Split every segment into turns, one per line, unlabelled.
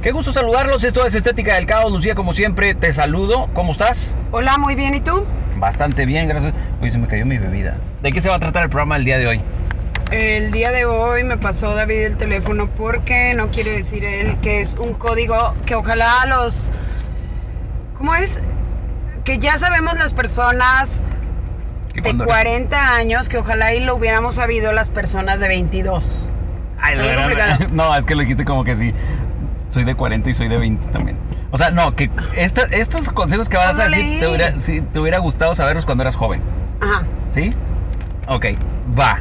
Qué gusto saludarlos, esto es Estética del Caos. Lucía, como siempre, te saludo. ¿Cómo estás?
Hola, muy bien, ¿y tú?
Bastante bien, gracias. Uy, se me cayó mi bebida. ¿De qué se va a tratar el programa el día de hoy?
El día de hoy me pasó David el teléfono porque no quiere decir él que es un código que ojalá los... ¿Cómo es? Que ya sabemos las personas
¿Qué
de
cuándo eres?
40 años, que ojalá y lo hubiéramos sabido las personas de 22.
Ay, no,
Está muy
no, no.
complicado.
No, es que lo dijiste como que sí. Soy de 40 y soy de 20 también. O sea, no, que esta- estos consejos que vas a
Ándale.
decir te hubiera, sí, te hubiera gustado saberlos cuando eras joven.
Ajá.
¿Sí? Ok, va.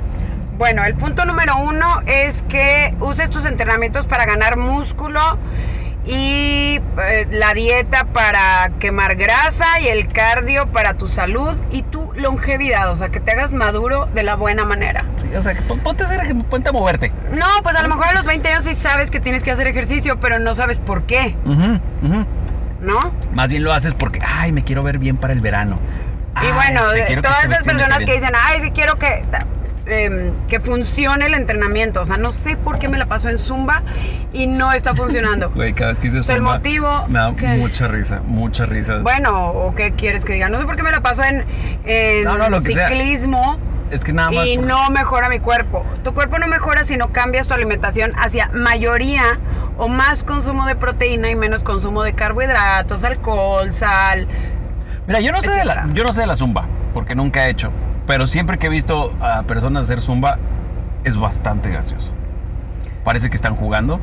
Bueno, el punto número uno es que uses tus entrenamientos para ganar músculo y eh, la dieta para quemar grasa y el cardio para tu salud y tu longevidad, o sea, que te hagas maduro de la buena manera.
Sí, o sea, que pon- ponte a, hacer ejem- ponte a moverte.
No, pues a lo mejor a los 20 años sí sabes que tienes que hacer ejercicio, pero no sabes por qué,
Ujú, ujú.
¿no?
Más bien lo haces porque, ay, me quiero ver bien para el verano.
y
Ay,
bueno,
este,
de-
quiero que
todas
este
esas
vestido me
personas
quede
que
bien.
dicen, ay, sí quiero que, ta- em, que funcione el entrenamiento, o sea, no sé por qué me la paso en Zumba y no está funcionando.
Güey, cada vez que dices
El
Zumba,
motivo
Me da
que-
mucha risa, mucha risa.
Bueno, ¿o qué quieres que diga? No sé por qué me la paso en, en
No, no, lo que sea.
ciclismo
es que nada más.
y
por-
no mejora mi cuerpo. Tu cuerpo no mejora si no cambias tu alimentación hacia mayoría o más consumo de proteína y menos consumo de carbohidratos, alcohol, sal.
Mira, yo no, sé de la,
etcétera.
yo no sé de la zumba, porque nunca he hecho. Pero siempre que he visto a personas hacer zumba, es bastante gracioso. Parece que están jugando,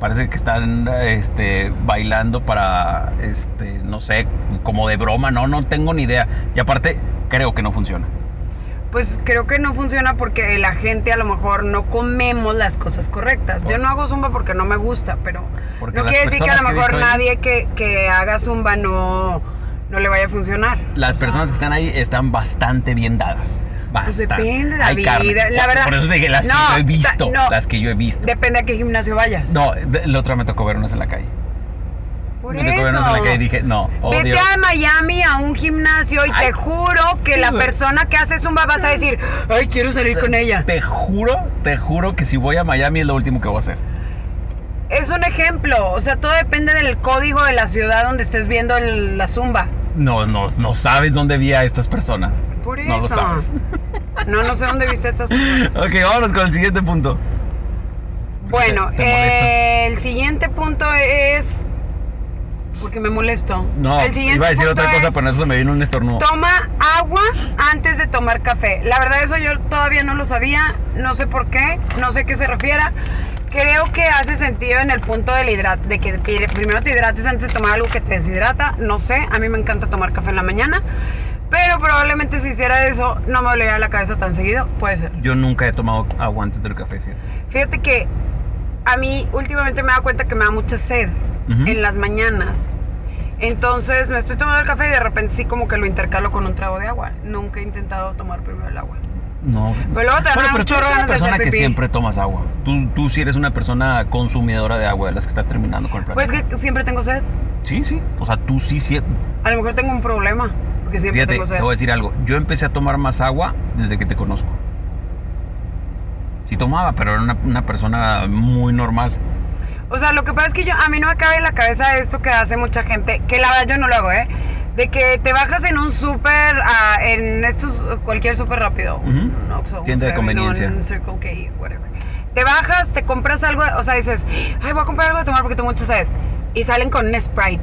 parece que están este, bailando para, este, no sé, como de broma. No, no tengo ni idea. Y aparte, creo que no funciona.
Pues creo que no funciona porque la gente a lo mejor no comemos las cosas correctas. Yo no hago zumba porque no me gusta, pero
Porque
no
las
quiere decir que a lo
personas que
mejor
he visto ahí-
nadie que, que haga zumba no, no le vaya a funcionar.
Las personas que están ahí están bastante bien dadas.
Pues
Bastante.
depende,
Hay
David.
carne.
La
Por-
verdad-
Por eso te dije las
No,
que yo he visto.
ta- no.
Las que yo he visto.
Depende a qué gimnasio vayas.
No, de- la otra me tocó ver unas en la calle.
Por
me tocó ver unas en la calle y dije, no, odio.
Vete a Miami a un gimnasio y
Ay,
te juro que
sí,
la
güey.
persona que hace zumba vas a decir, ay, quiero salir con ella.
Te juro, te juro que si voy a Miami es lo último que voy a hacer.
Es un ejemplo, o sea, todo depende del código de la ciudad donde estés viendo el- la zumba.
No, no, no sabes dónde vi a estas personas.
Por eso.
No lo sabes.
No, no sé dónde viste estas personas.
Ok, vámonos con el siguiente punto.
Bueno,
Te- te molestas.
eh, el siguiente punto es... Porque me molesto.
No,
el siguiente
iba a decir
punto
otra cosa,
es-
pero en eso me vino un estornudo.
Toma agua antes de tomar café. La verdad eso yo todavía no lo sabía, no sé por qué, no sé qué se refiera. Creo que hace sentido en el punto del hidrato, de que pi- primero te hidrates antes de tomar algo que te deshidrata. No sé, a mí me encanta tomar café en la mañana, pero probablemente si hiciera eso no me dolería la cabeza tan seguido. Puede ser.
Yo nunca he tomado agua antes del café, fíjate.
Fíjate que a mí últimamente me he dado cuenta que me da mucha sed
Ujú.
en las mañanas. Entonces me estoy tomando el café y de repente sí como que lo intercalo con un trago de agua. Nunca he intentado tomar primero el agua.
No.
Pero luego te dan
Bueno, pero
un
tú
chorro
eres una
ganas de
persona
hacer
que
pipí.
siempre tomas agua. Tú, tú sí eres una persona consumidora de agua, de las que está terminando con el
Pues
planeta.
que siempre tengo sed.
Sí, sí. O sea, tú sí, sí.
A lo mejor tengo un problema porque siempre
Fíjate,
tengo sed.
te voy a decir algo. Yo empecé a tomar más agua desde que te conozco. Sí tomaba, pero era una, una persona muy normal.
O sea, lo que pasa es que yo, a mí no me cabe en la cabeza esto que hace mucha gente, que la verdad yo no lo hago, ¿eh? De que te bajas en un súper, ah, en estos, cualquier súper rápido. un
Ujú.
Oxxo, un
Tienda de
7-Eleven,
conveniencia.
Un Circle K, whatever. Te bajas, te compras algo, o sea, dices, ay, voy a comprar algo de tomar porque tengo mucha sed. Y salen con un Sprite.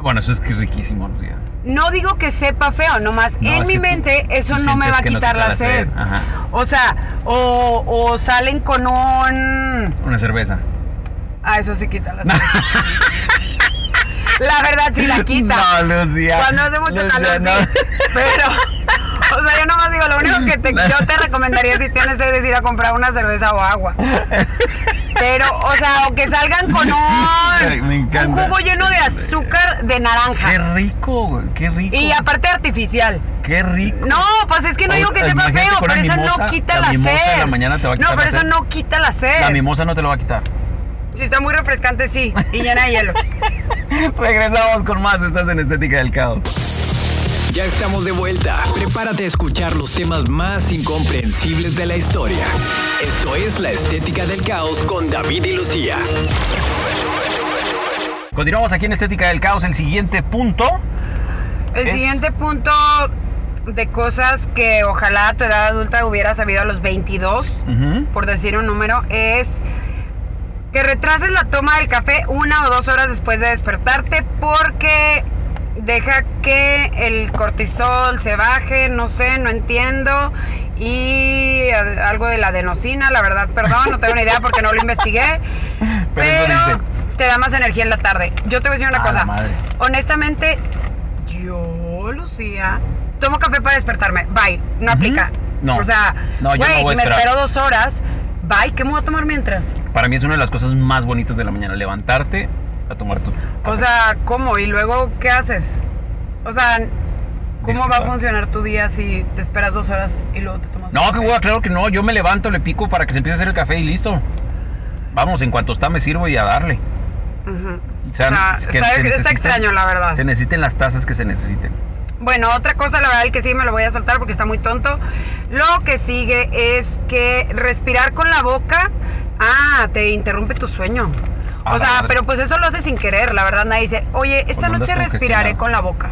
Bueno, eso es que es riquísimo. Lucía.
No digo que sepa feo, nomás
No,
en
es
mi
que tú-
mente
tú
eso no
sientes
me va a
que no te
quitar
da
la sed.
Ajá.
O sea, o, o salen con un...
Una cerveza.
Ah, eso sí quita la sed. la verdad sí la quita.
No, Lucía.
Cuando hace mucho
Lucía,
calor,
no.
sí. Pero, O sea, yo nomás digo, lo único que te, yo te recomendaría si tienes sed es ir a comprar una cerveza o agua. Pero, o sea, o que salgan con un,
Me encanta.
un jugo lleno de azúcar de
Qué
naranja.
rico, güey, qué rico.
Y aparte artificial.
Qué rico.
No, pues es que no
O-
digo que sepa
imagínate
feo,
con la
pero eso
mimosa,
no quita
la
la,
mimosa
sed.
en la mañana te va a quitar
no,
la
pero eso
sed.
no quita la sed.
La mimosa no te lo va a quitar.
Si está muy refrescante, sí. Y llena de hielos.
Regresamos con más, estás en Estética del Caos.
Ya estamos de vuelta. Prepárate a escuchar los temas más incomprensibles de la historia. Esto es La Estética del Caos con David y Lucía.
Continuamos aquí en Estética del Caos, el siguiente punto.
El
Es-
siguiente punto de cosas que ojalá a tu edad adulta hubiera sabido a los 22,
Ujú.
por decir un número, es que retrases la toma del café una o dos horas después de despertarte porque deja que el cortisol se baje, no sé, no entiendo. Y a- algo de la adenosina, la verdad, perdón, no tengo ni idea porque no lo investigué.
Pero eso
Pero,
dice.
te da más energía en la tarde. Yo te voy a decir una
A la
cosa.
madre.
Honestamente, yo, Lucía, tomo café para despertarme. Bye, no aplica.
No.
O sea,
No, yo
güey,
me voy a
si me
esperar.
espero dos horas, bye, ¿qué me voy a tomar mientras?
Para mí es una de las cosas más bonitas de la mañana, levantarte a tomar tu...
O sea, ¿cómo? ¿Y luego qué haces? O sea, ¿cómo va a
Disfrutar.
funcionar tu día si te esperas dos horas y luego te tomas
No,
un
que
café?
hueva, claro que no. Yo me levanto, le pico para que se empiece a hacer el café y listo. Vamos, en cuanto está me sirvo y a darle.
Ujú.
O sea,
O sea,
es que
sabe
se
que está
necesita-
extraño, la verdad.
Se necesiten las tazas que se necesiten.
Bueno, otra cosa, la verdad, el que sí me lo voy a saltar porque está muy tonto. Lo que sigue es que respirar con la boca, ah, te interrumpe tu sueño.
A
O
Ah, la
sea,
madre.
pero pues eso lo hace sin querer, la verdad. Nadie dice, oye, esta
Cuando andas
noche respiraré
congestionado.
con la boca.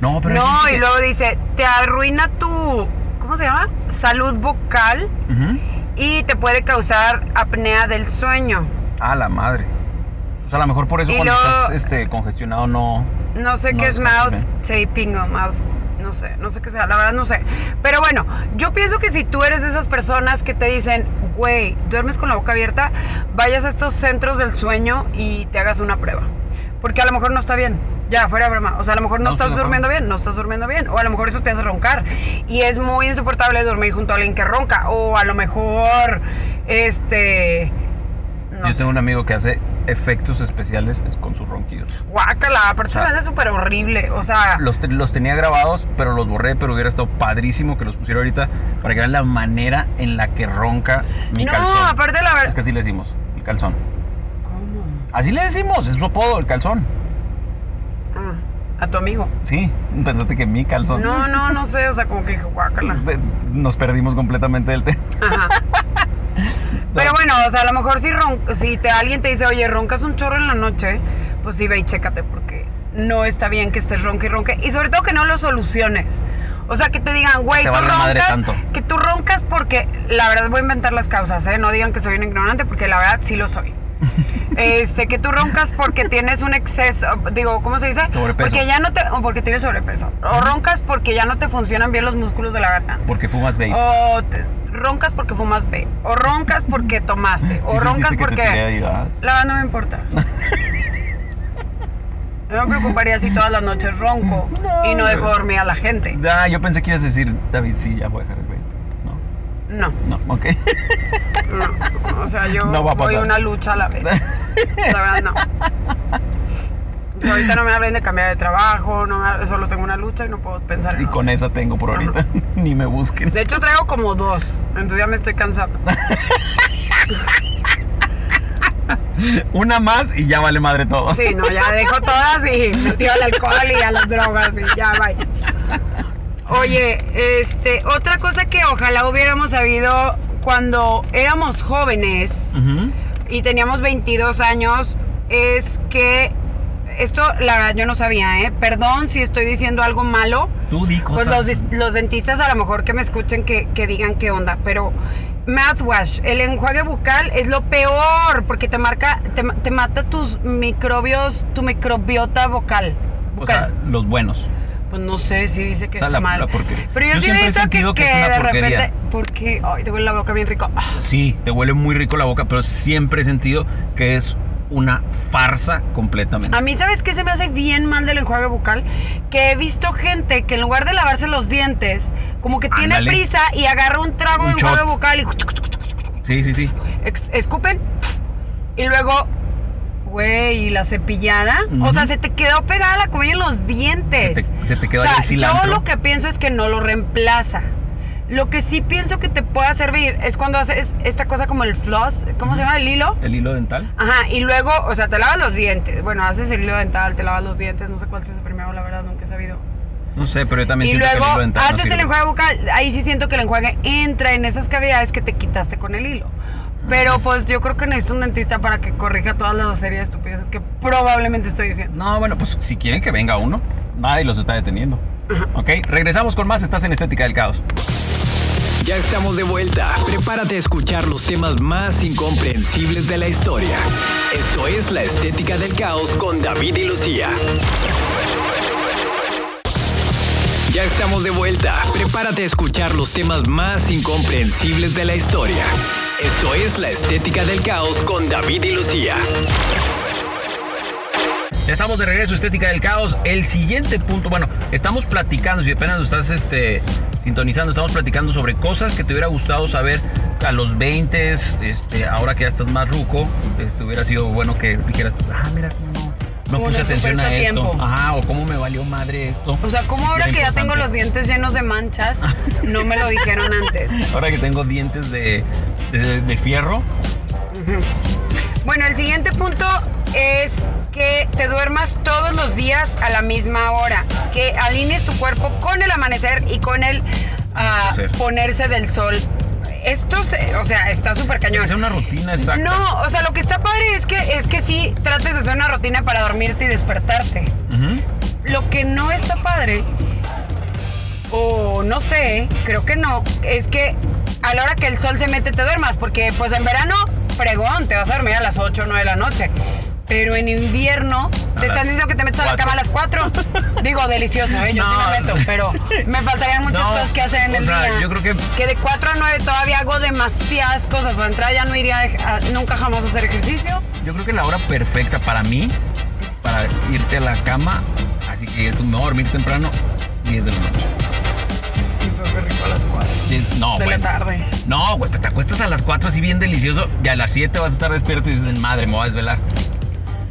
No, pero... hay
no,
gente
y
que-
luego dice, te arruina tu, ¿cómo se llama? Salud vocal
Ujú.
y te puede causar apnea del sueño.
A la madre. O sea, a lo mejor por eso
Y
cuando
luego-
estás este, congestionado no...
No sé
No,
qué es
no,
mouth
ok.
taping o mouth. No sé, no sé qué sea, la verdad no sé. Pero bueno, yo pienso que si tú eres de esas personas que te dicen, güey, duermes con la boca abierta, vayas a estos centros del sueño y te hagas una prueba. Porque a lo mejor no está bien. Ya, fuera de broma. O sea, a lo mejor no,
No,
estás
estoy de
durmiendo
acuerdo.
bien, no estás durmiendo bien. O a lo mejor eso te hace roncar. Y es muy insoportable dormir junto a alguien que ronca. O a lo mejor, este... No
Yo
sé.
tengo un amigo que hace efectos especiales es con sus ronquidos.
Guácala, aparte se
O sea,
me hace súper horrible. O sea...
Los, te- los tenía grabados, pero los borré, pero hubiera estado padrísimo que los pusiera ahorita para que vean la manera en la que ronca mi
no,
calzón.
aparte la verdad...
Es que así le decimos, el calzón. Así le decimos, es su apodo, el calzón.
Ah, A tu amigo.
Sí, pensaste que mi calzón.
No, no, no sé, o sea, como que dije, guácala.
De- Nos perdimos completamente del tema.
Ajá. Pero bueno, o sea, a lo mejor si, ron- si te, alguien te dice, oye, roncas un chorro en la noche, pues sí, ve y chécate, porque no está bien que estés ronque y ronque. Y sobre todo que no lo soluciones. O sea, que te digan, güey,
te
tú
valga madre
roncas,
tanto".
que tú roncas porque, la verdad, voy a inventar las causas, ¿eh? No digan que soy un ignorante, porque la verdad sí lo soy. Este, que tú roncas porque tienes un exceso, digo, ¿cómo se dice?
Sobrepeso.
Porque ya no te, o porque tienes sobrepeso. O roncas porque ya no te funcionan bien los músculos de la garganta.
Porque fumas vape.
O te- roncas porque fumas B. O roncas porque tomaste. O
Sí sentiste
roncas
que te
porque.
tiré ahí, ¿verdad?
La verdad no me importa. No me preocuparía si todas las noches ronco y no dejo dormir a la gente.
Ah, yo pensé que ibas a decir, David, sí, ya voy a dejar el vape. No,
No,
no, ok.
no. O sea, yo
No va a
voy
pasar.
una lucha a la vez. La verdad no. O sea, ahorita no me hablen de cambiar de trabajo, no me- solo tengo una lucha y no puedo pensar en
Y
otra.
con esa tengo por ahorita. Ni me busquen.
De hecho, traigo como dos. Entonces ya me estoy cansando.
Una más y ya vale madre todo.
Sí, no, ya dejo todas y metido al alcohol y a las drogas y ya, bye. Oye, este, otra cosa que ojalá hubiéramos sabido cuando éramos jóvenes
Ujú.
y teníamos 22 años es que esto, la verdad, yo no sabía, ¿eh? Perdón si estoy diciendo algo malo.
Tú di cosas.
Pues los, dis- los dentistas a lo mejor que me escuchen que, que digan qué onda, pero mouthwash, el enjuague bucal es lo peor porque te marca, te, ma- te mata tus microbios, tu microbiota vocal.
O sea,
bucal.
los buenos.
pues no sé si dice que
o sea,
está
la-
mal.
la porquería.
pero yo,
Yo
sí
siempre he
he visto que,
sentido que es
que
una
de
porquería.
repente, porque, ay, te huele la boca bien rico. Ah,
Sí, te huele muy rico la boca, pero siempre he sentido que es una farsa completamente.
A mí, ¿sabes qué se me hace bien mal del enjuague bucal? Que he visto gente que en lugar de lavarse los dientes, como que tiene
Ándale.
prisa y agarra un trago
Un
de enjuague
shot.
bucal y
Sí, sí, sí.
ex- escupen y luego, güey, y la cepillada. O sea,
Ujú.
se te quedó pegada la comida en los dientes.
Se te- se te quedó
o sea,
ahí el cilantro.
Yo lo que pienso es que no lo reemplaza. Lo que sí pienso que te pueda servir es cuando haces esta cosa como el floss, ¿cómo se llama? El hilo.
El hilo dental.
Ajá, y luego, o sea, te lavas los dientes. Bueno, haces el hilo dental, te lavas los dientes, no sé cuál se hace primero, la verdad, nunca he sabido.
No sé, pero yo también
Y
siento que el
luego
hilo dental. no
haces el
sirve.
enjuague bucal, ahí sí siento que el enjuague entra en esas cavidades que te quitaste con el hilo. Pero pues yo creo que necesito un dentista para que corrija todas las series de estupideces que probablemente estoy diciendo.
No, bueno, pues si quieren que venga uno, nadie los está deteniendo. Ok, regresamos con más. Estás en Estética del Caos.
Ya estamos de vuelta. Prepárate a escuchar los temas más incomprensibles de la historia. Esto es La Estética del Caos con David y Lucía. Ya estamos de vuelta. Prepárate a escuchar los temas más incomprensibles de la historia. Esto es La Estética del Caos con David y Lucía.
Ya estamos de regreso, Estética del Caos. El siguiente punto, bueno, estamos platicando, si apenas lo estás este, sintonizando, estamos platicando sobre cosas que te hubiera gustado saber a los 20, este, ahora que ya estás más ruco, este, hubiera sido bueno que dijeras, ah, mira, cómo no, no
Cómo
puse
no supe
atención
esto
a
a
esto.
tiempo.
Ajá, o cómo me valió madre esto.
O sea, ¿cómo
Sí,
ahora
era
que ya tengo
importante.
los dientes llenos de manchas, no me lo dijeron antes?
Ahora que tengo dientes de, de- de fierro,
Bueno, el siguiente punto es que te duermas todos los días a la misma hora, que alinees tu cuerpo con el amanecer y con el ah,
Anochecer.
ponerse del sol. Esto, se- o sea, está súper cañón.
es una rutina exacta.
No, o sea, lo que está padre es que es que sí trates de hacer una rutina para dormirte y despertarte.
Ujú.
Lo que no está padre, o no sé, creo que no, es que a la hora que el sol se mete te duermas, porque pues en verano, fregón, te vas a dormir a las 8 o 9 de la noche. Pero en invierno
A las
te están diciendo que te metes a la
cuatro.
cama a las 4. Digo, delicioso, ¿eh? yo
No.
sí me meto, pero me faltarían muchas
No,
cosas que hacer en
o
el
sea,
día.
yo creo que-
de 4 a 9 todavía hago demasiadas cosas. O sea, entrada ya no iría a- a- nunca jamás a hacer ejercicio.
Yo creo que la hora perfecta para mí, para irte a la cama, así que es no dormir temprano, 10 de la noche.
Sí, pero qué rico a las 4.
Diez- No,
De la
bueno.
tarde.
No, güey, te acuestas a las 4 así bien delicioso y a las 7 vas a estar despierto y dices, madre, me voy a desvelar.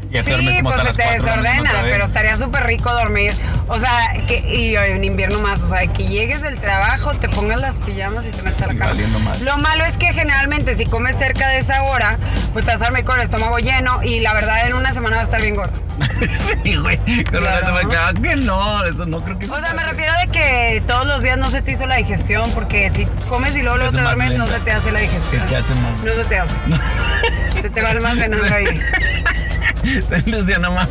Y ya te duermes
Sí,
como
pues
hasta las
se te
4 de la mañana
desordena,
otra vez.
pero estaría súper rico dormir. O sea, que, y en invierno más, o sea, que llegues del trabajo, te pongas las pijamas y te metes a la
Y
cama.
valiendo madre.
Lo malo es que generalmente si comes cerca de esa hora, pues te vas a dormir con el estómago lleno y la verdad en una semana va a estar bien gordo.
sí, güey. Pero
Claro.
te va a quedar que no, eso no creo que
O sea, me refiero de que todos los días no se te hizo la digestión, porque si comes y luego, luego
hace
te
más
duermes, no
lenta.
se te hace la digestión.
Se te hace más-
No se te hace. se te va almacenando ahí.
Entonces ya nomás.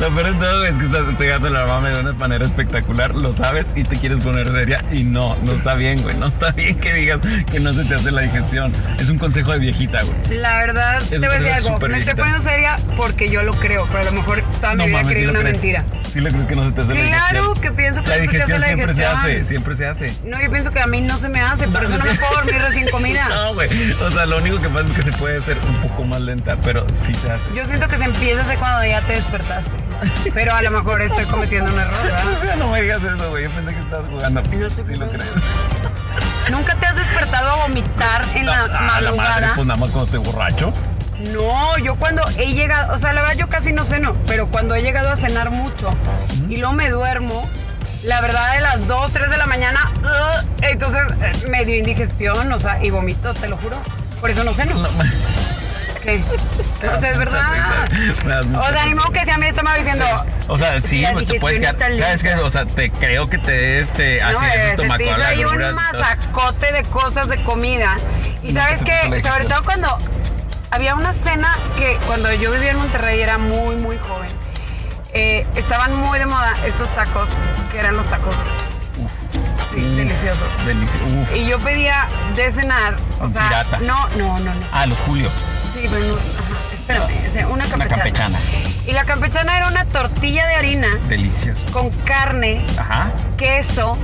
Lo peor de todo es que estás pegando la mamá de una manera espectacular, lo sabes y te quieres poner seria y no, no está bien, güey. No está bien que digas que no se te hace la digestión. Es un consejo de viejita, güey.
La verdad, te voy a decir
parece
algo.
súper
Me estoy
viejita.
poniendo seria porque yo lo creo, pero a lo mejor toda Ah, mi vida
mames,
creí
sí lo
una
crees.
mentira.
Sí lo crees que no se te hace la digestión.
Claro que pienso que
la
no se te hace
digestión
la
siempre se
digestión.
hace, siempre se hace.
No, yo pienso que a mí no se me hace, por eso no me puedo dormir recién comida.
No, güey. O sea, lo único que pasa es que se puede hacer un poco más lenta, pero sí se hace.
Yo siento que se empieza a hacer cuando ya te despertaste. Pero a lo mejor estoy cometiendo un error, ¿verdad?
Ah, No me digas eso, güey. Yo pensé que estabas jugando.
No
sí
sé
lo
cómo.
crees.
¿Nunca te has despertado a vomitar en la
Ah, la madre,
madrugada?
pues nada más cuando estoy borracho.
No, yo cuando he llegado, o sea, la verdad yo casi no ceno, pero cuando he llegado a cenar mucho y luego me duermo, la verdad de las 2, 3 de la mañana, ugh, entonces eh, me dio indigestión, o sea, y vomito, te lo juro. Por eso no ceno.
No,
¿Qué? O sea, es verdad.
Me das mucha
O sea, animo que sea a mí estaba diciendo,
O sea, sí,
La
pues te puedes quedar.
digestión está
¿Sabes qué? O sea, te creo que te este
no,
así
eh,
es
se te
estomacal,
hizo ahí
agruras
un
y todo.
masacote de cosas de comida. Y
No, pues,
sabes
se te hizo la
que, sobre
digestión.
todo cuando había una cena que cuando yo vivía en Monterrey era muy, muy joven. eh, estaban muy de moda estos tacos, que eran los tacos. Sí,
Uf,
deliciosos.
Delicioso. Uf.
Y yo pedía de cenar, o
Un
sea,
pirata.
no, no, no, no.
Ah, los Julio.
Sí, pero no, ajá, espérate, o sea, una
Una
campechana.
campechana.
Y la campechana era una tortilla de harina
Delicioso.
con carne
Ajá.
queso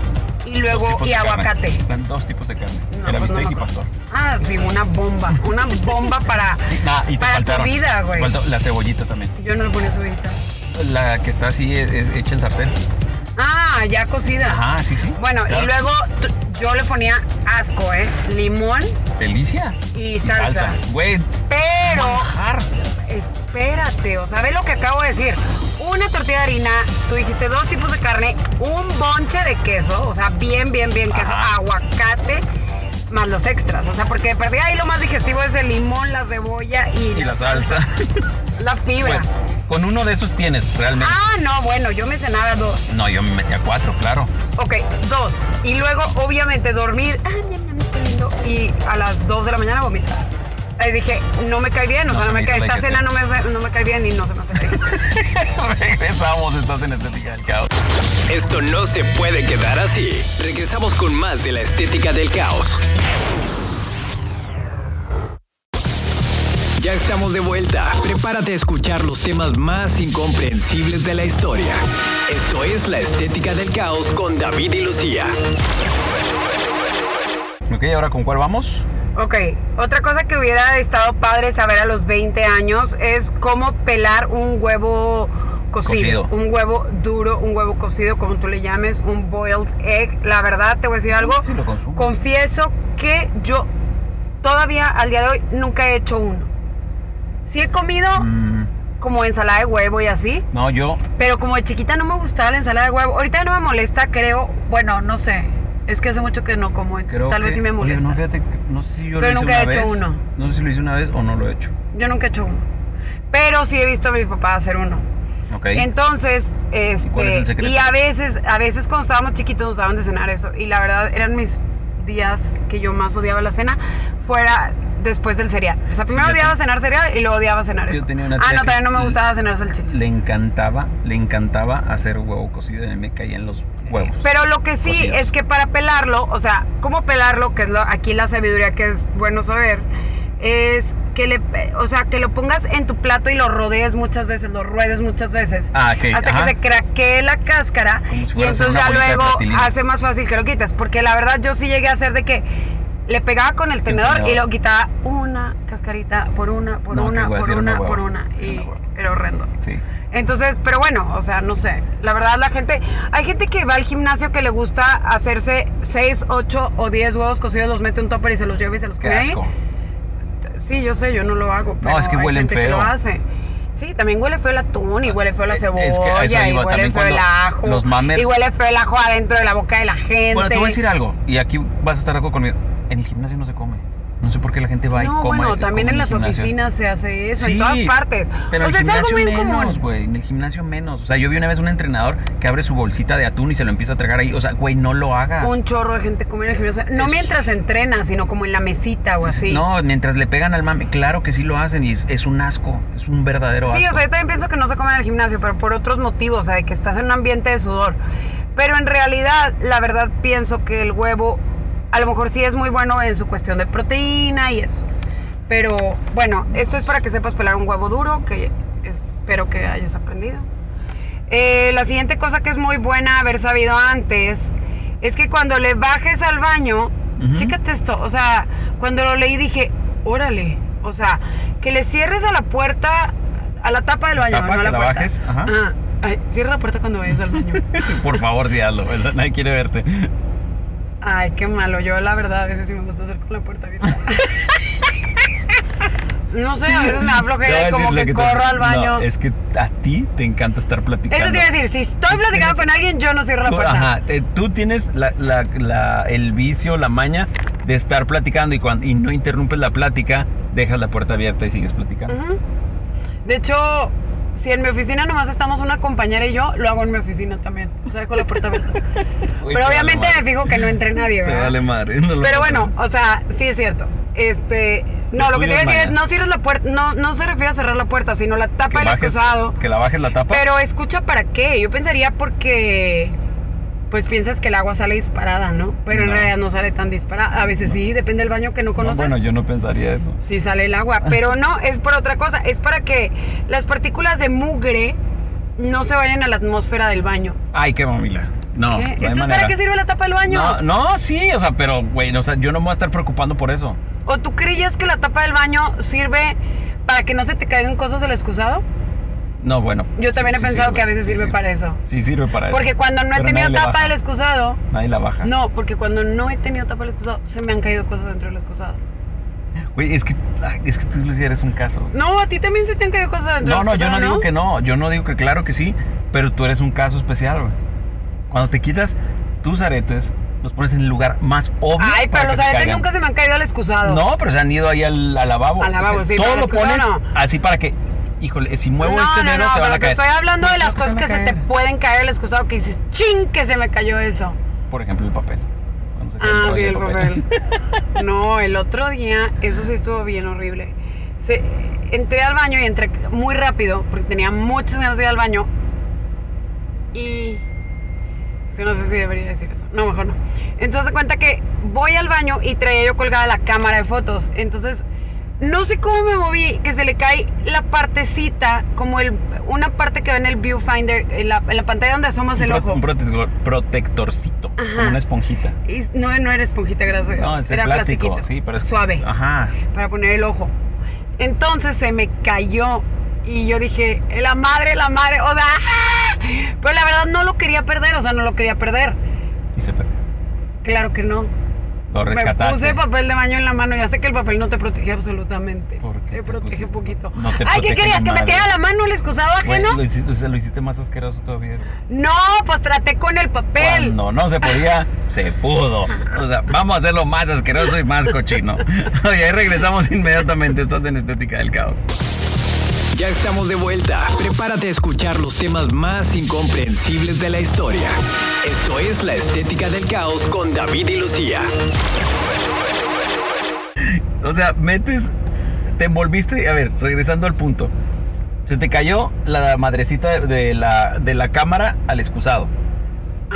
y y luego
tipos
y
de carne.
aguacate.
Están dos tipos de carne.
No,
el
pues
bistec
no me
y
acuerdo.
pastor.
Ah, sí, una bomba. Una bomba para,
Ah, y te
para tu
faltaron.
vida, güey.
Faltó la cebollita también.
Yo no le ponía cebollita.
La que está así es, es hecha en sartén.
Ah, ya cocida.
Ajá, sí, sí.
Bueno, y
Claro.
luego t- yo le ponía asco, ¿eh? Limón
Delicia.
y salsa.
Güey,
Pero,
manjar.
espérate, o sea, ve lo que acabo de decir. Una tortilla de harina, tú dijiste dos tipos de carne, un bonche de queso, o sea, bien, bien, bien queso,
Ajá.
aguacate, más los extras. O sea, porque de perdida ahí lo más digestivo es el limón, la cebolla y,
Y
la,
la salsa.
la fibra.
Bueno, Pues, con uno de esos tienes realmente.
Ah, no, bueno, yo me cenaba dos.
No, yo me metí a cuatro, claro.
Ok, dos. Y luego, obviamente, dormir. Ah, mi mamá está lindo. Y a las dos de la mañana vomitar. Ahí dije, no me cae bien,
No
o sea,
se
no me
me
cae,
hizo la
esta cena no me,
digestión.
hace- no me cae bien y no se me hace digestión.
Regresamos, estás en Estética del Caos.
Esto no se puede quedar así. Regresamos con más de la estética del caos. Ya estamos de vuelta. Prepárate a escuchar los temas más incomprensibles de la historia. Esto es la estética del caos con David y Lucía.
Ok, ahora con cuál vamos?
Ok, otra cosa que hubiera estado padre saber a los 20 años es cómo pelar un huevo cocido,
Cocido.
un huevo duro, un huevo cocido, como tú le llames, un boiled egg. La verdad, te voy a decir algo.
Sí, lo consumo.
Confieso que yo todavía al día de hoy nunca he hecho uno. Sí he comido
Mm,
como ensalada de huevo y así,
no, yo.
pero como de chiquita no me gustaba la ensalada de huevo. Ahorita no me molesta, creo. Bueno, no sé. Es que hace mucho que no como, entonces
Creo
tal vez
que-
sí me
oye,
molesta.
no, fíjate, que- no sé si yo lo
Pero
hice
nunca he
una
hecho
vez.
uno.
No sé si lo hice una vez o no lo he hecho.
Yo nunca he hecho uno. Pero sí he visto a mi papá hacer uno.
Ok.
Entonces, este,
cuál es el secreto?
y a veces, a veces cuando estábamos chiquitos nos daban de cenar eso. Y la verdad eran mis días que yo más odiaba la cena, fuera después del cereal. O sea, primero
Yo
odiaba
te-
cenar cereal y luego odiaba cenar
Yo
eso.
tenía una
ah,
tía
no,
que
también no me
l-
gustaba cenar salchichas.
le encantaba, le encantaba hacer huevo cocido y a mí me caían los huevos.
Pero lo que sí
Cocidos.
es que para pelarlo, o sea, cómo pelarlo, que es lo- aquí la sabiduría que es bueno saber, es que le, pe- o sea, que lo pongas en tu plato y lo rodees muchas veces, lo ruedes muchas veces.
Ah, ok,
Hasta
ajá.
que se craquee la cáscara
Como si
y
fuera a hacer
entonces
una
ya
bolita de
luego
plastilina.
hace más fácil que lo quites, porque la verdad yo sí llegué a hacer de que le pegaba con el tenedor, y
tenedor.
lo quitaba una cascarita por una, por
No, qué
una,
hueva,
por
sí era una
una, por
hueva,
una
sí era
y
una hueva.
era horrendo.
Sí.
Entonces, pero bueno, o sea, no sé. La verdad, la gente. Hay gente que va al gimnasio que le gusta hacerse 6, 8 o 10 huevos cocidos, los mete en un topper y se los lleva y se los
Qué
come ahí.
asco.
Sí, yo sé, yo no lo hago. Pero
es que
hay
huelen
gente Que
feo.
lo hace. Sí, también huele feo el atún y huele feo la
Es que a
cebolla
eso
y
iba,
huele
también
feo el
cuando
ajo.
los mamers-
Y huele feo el ajo adentro de la boca de la gente.
Bueno, te voy a decir algo, y aquí vas a estar de acuerdo conmigo. En el gimnasio no se come. No sé por qué la gente va y
No,
come.
bueno,
come
también en
el
las
gimnasio.
oficinas se hace eso,
Sí,
en todas partes.
Pero
o sea,
en
es
el
algo
gimnasio
muy
menos,
común.
güey. En el gimnasio menos. O sea, yo vi una vez un entrenador que abre su bolsita de atún y se lo empieza a tragar ahí. O sea, güey, no lo hagas.
Un chorro de gente come en el gimnasio. No
Es-
mientras entrena, sino como en la mesita o así.
No, mientras le pegan al mame, claro que sí lo hacen y es, es un asco, es un verdadero
Sí, o
asco.
sea, yo también pienso que no se come en el gimnasio, pero por otros motivos, o sea, de que estás en un ambiente de sudor. Pero en realidad, la verdad pienso que el huevo a lo mejor sí es muy bueno en su cuestión de proteína y eso. Pero bueno, esto es para que sepas pelar un huevo duro, que espero que hayas aprendido. Eh, la siguiente cosa que es muy buena haber sabido antes es que cuando le bajes al baño,
Ujú.
chécate esto, o sea, cuando lo leí dije, órale, o sea, que le cierres a la puerta, a la tapa del baño,
Tapa,
no a
que
la
la
puerta.
bajes, ajá.
Ah, ay, cierra la puerta cuando vayas al baño.
Por favor, sí hazlo, eso nadie quiere verte.
Ay, qué malo. Yo la verdad a veces sí me gusta hacer con la puerta abierta. no sé, a veces me da
Te voy
flojera
a
y como
decir lo
que,
te-
corro al baño.
No, es que a ti te encanta estar platicando.
Eso te iba a decir, si estoy platicando con alguien, yo no cierro la
Tú-
puerta.
Ajá, eh, tú tienes la- la- la- el vicio, la maña de estar platicando y, cuando, y no interrumpes la plática, dejas la puerta abierta y sigues platicando.
Ujú. De hecho, si en mi oficina nomás estamos una compañera y yo, lo hago en mi oficina también. O sea, dejo la puerta abierta.
Uy, te
Pero
vale
obviamente
madre.
me fijo que no entre nadie,
Te
¿verdad?
vale madre. no lo
Pero
vas a
bueno,
hacer.
o sea, sí es cierto. Este, no, lo que te voy a
Estudias
decir es
maña.
no cierres la puerta, no, no se refiere a cerrar la puerta, sino la tapa del
bajes-
excusado.
que la bajes la tapa.
Pero escucha para qué. Yo pensaría porque pues piensas que el agua sale disparada, ¿no? Pero en
No.
realidad no sale tan disparada. A veces sí, depende del baño que no
No,
conoces.
bueno, yo no pensaría eso.
Sí sale el agua, pero no, es por otra cosa, es para que las partículas de mugre no se vayan a la atmósfera del baño.
Ay, qué mamila. No,
¿Qué?
no hay
Entonces,
manera.
¿para qué sirve la tapa del baño?
No, no, sí, o sea, pero, güey, o sea, yo no me voy a estar preocupando por eso.
¿O tú creías que la tapa del baño sirve para que no se te caigan cosas del excusado?
No, bueno.
Yo también he pensado que a veces sirve para eso.
Sí, sirve para
Porque
eso.
cuando no he
Pero
tenido
nadie le
tapa
baja.
del excusado,
Nadie la baja.
no, porque cuando no he tenido tapa del excusado, se me han caído cosas dentro del excusado.
Güey, es que, ay, es que tú, Lucía, eres un caso.
No, a ti también se te han caído cosas dentro
No,
del
no, yo
excusado.
no digo que no. Yo no digo que claro que sí, pero tú eres un caso especial, güey. Cuando te quitas tus aretes, los pones en el lugar más obvio.
Ay,
para
pero
que
los
se
aretes
caigan.
nunca se me han caído al excusado.
No, pero se han ido ahí al, al lavabo.
Al lavabo, sí,
Todo
pero
lo
les costó,
pones
¿no?
así para que, híjole, si muevo
no,
este
no,
dedo
no,
se van
pero
a
te
caer.
estoy hablando de
No,
las
no
cosas
van a
que se te
caer.
pueden caer al excusado que dices, ching, que se me cayó eso.
Por ejemplo, el papel. Cuando se cae
Ah, sí, el
rollo de
papel. No, el otro día, eso sí estuvo bien horrible. Se- entré al baño y entré muy rápido porque tenía muchas ganas de ir al baño. Y. sí, no sé si debería decir eso. No, mejor no. Entonces, se cuenta que voy al baño y traía yo colgada la cámara de fotos. Entonces, no sé cómo me moví, que se le cae la partecita, como el, una parte que ve en el viewfinder, en la, en la pantalla donde asomas
Un
el
pro-
ojo.
Un protector- protectorcito, como una esponjita.
Y no, no era esponjita, gracias. a
No,
Dios.
es de
era
plástico,
plastiquito.
sí, pero es ah.
suave
Ajá.
para poner el ojo. Entonces se me cayó y yo dije, "Eh, la madre, la madre, o sea, ¡ah! pero la verdad no lo quería perder, o sea, no lo quería perder.
Y se perdió.
Claro que no.
Lo
Me puse
rescataste.
papel de baño en la mano, ya sé que el papel no te protege absolutamente.
¿Por qué
te
te
protege
pusiste-
poquito.
no te
Ay, ¿qué
protege
querías? ¿Que
nada.
me tirara la mano el excusado
Güey,
ajeno?
lo, hiciste, o sea, lo hiciste más asqueroso todavía. güey.
No, pues traté con el papel.
Cuando no se podía, se pudo. O sea, vamos a hacerlo más asqueroso y más cochino. Oye, ahí regresamos inmediatamente. Estás en Estética del Caos.
Ya estamos de vuelta. Prepárate a escuchar los temas más incomprensibles de la historia. Esto es La Estética del Caos con David y Lucía.
O sea, metes, te envolviste, a ver, regresando al punto. Se te cayó la madrecita de- de la, de la cámara al excusado.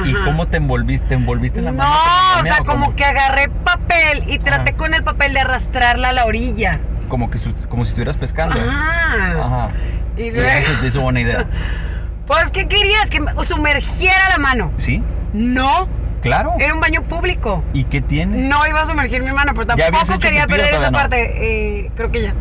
¿Y
Ajá.
cómo te envolviste? ¿Te envolviste en la
No,
mano con la
o sea,
mía o
como
cómo?
que agarré papel y traté
Ajá.
con el papel de arrastrarla a la orilla.
Como, que su- como si estuvieras pescando.
Ajá.
Ajá.
Y
Y
luego...
eso te hizo buena idea.
Pues, ¿qué querías? ¿Que me sumergiera la mano?
¿Sí?
No,
Claro.
era un baño público.
¿Y qué tiene?
No iba a sumergir mi mano, pero
¿Ya habías
tampoco
hecho
quería
pipí o
perder esa
todavía no?
parte. Eh, creo que ya.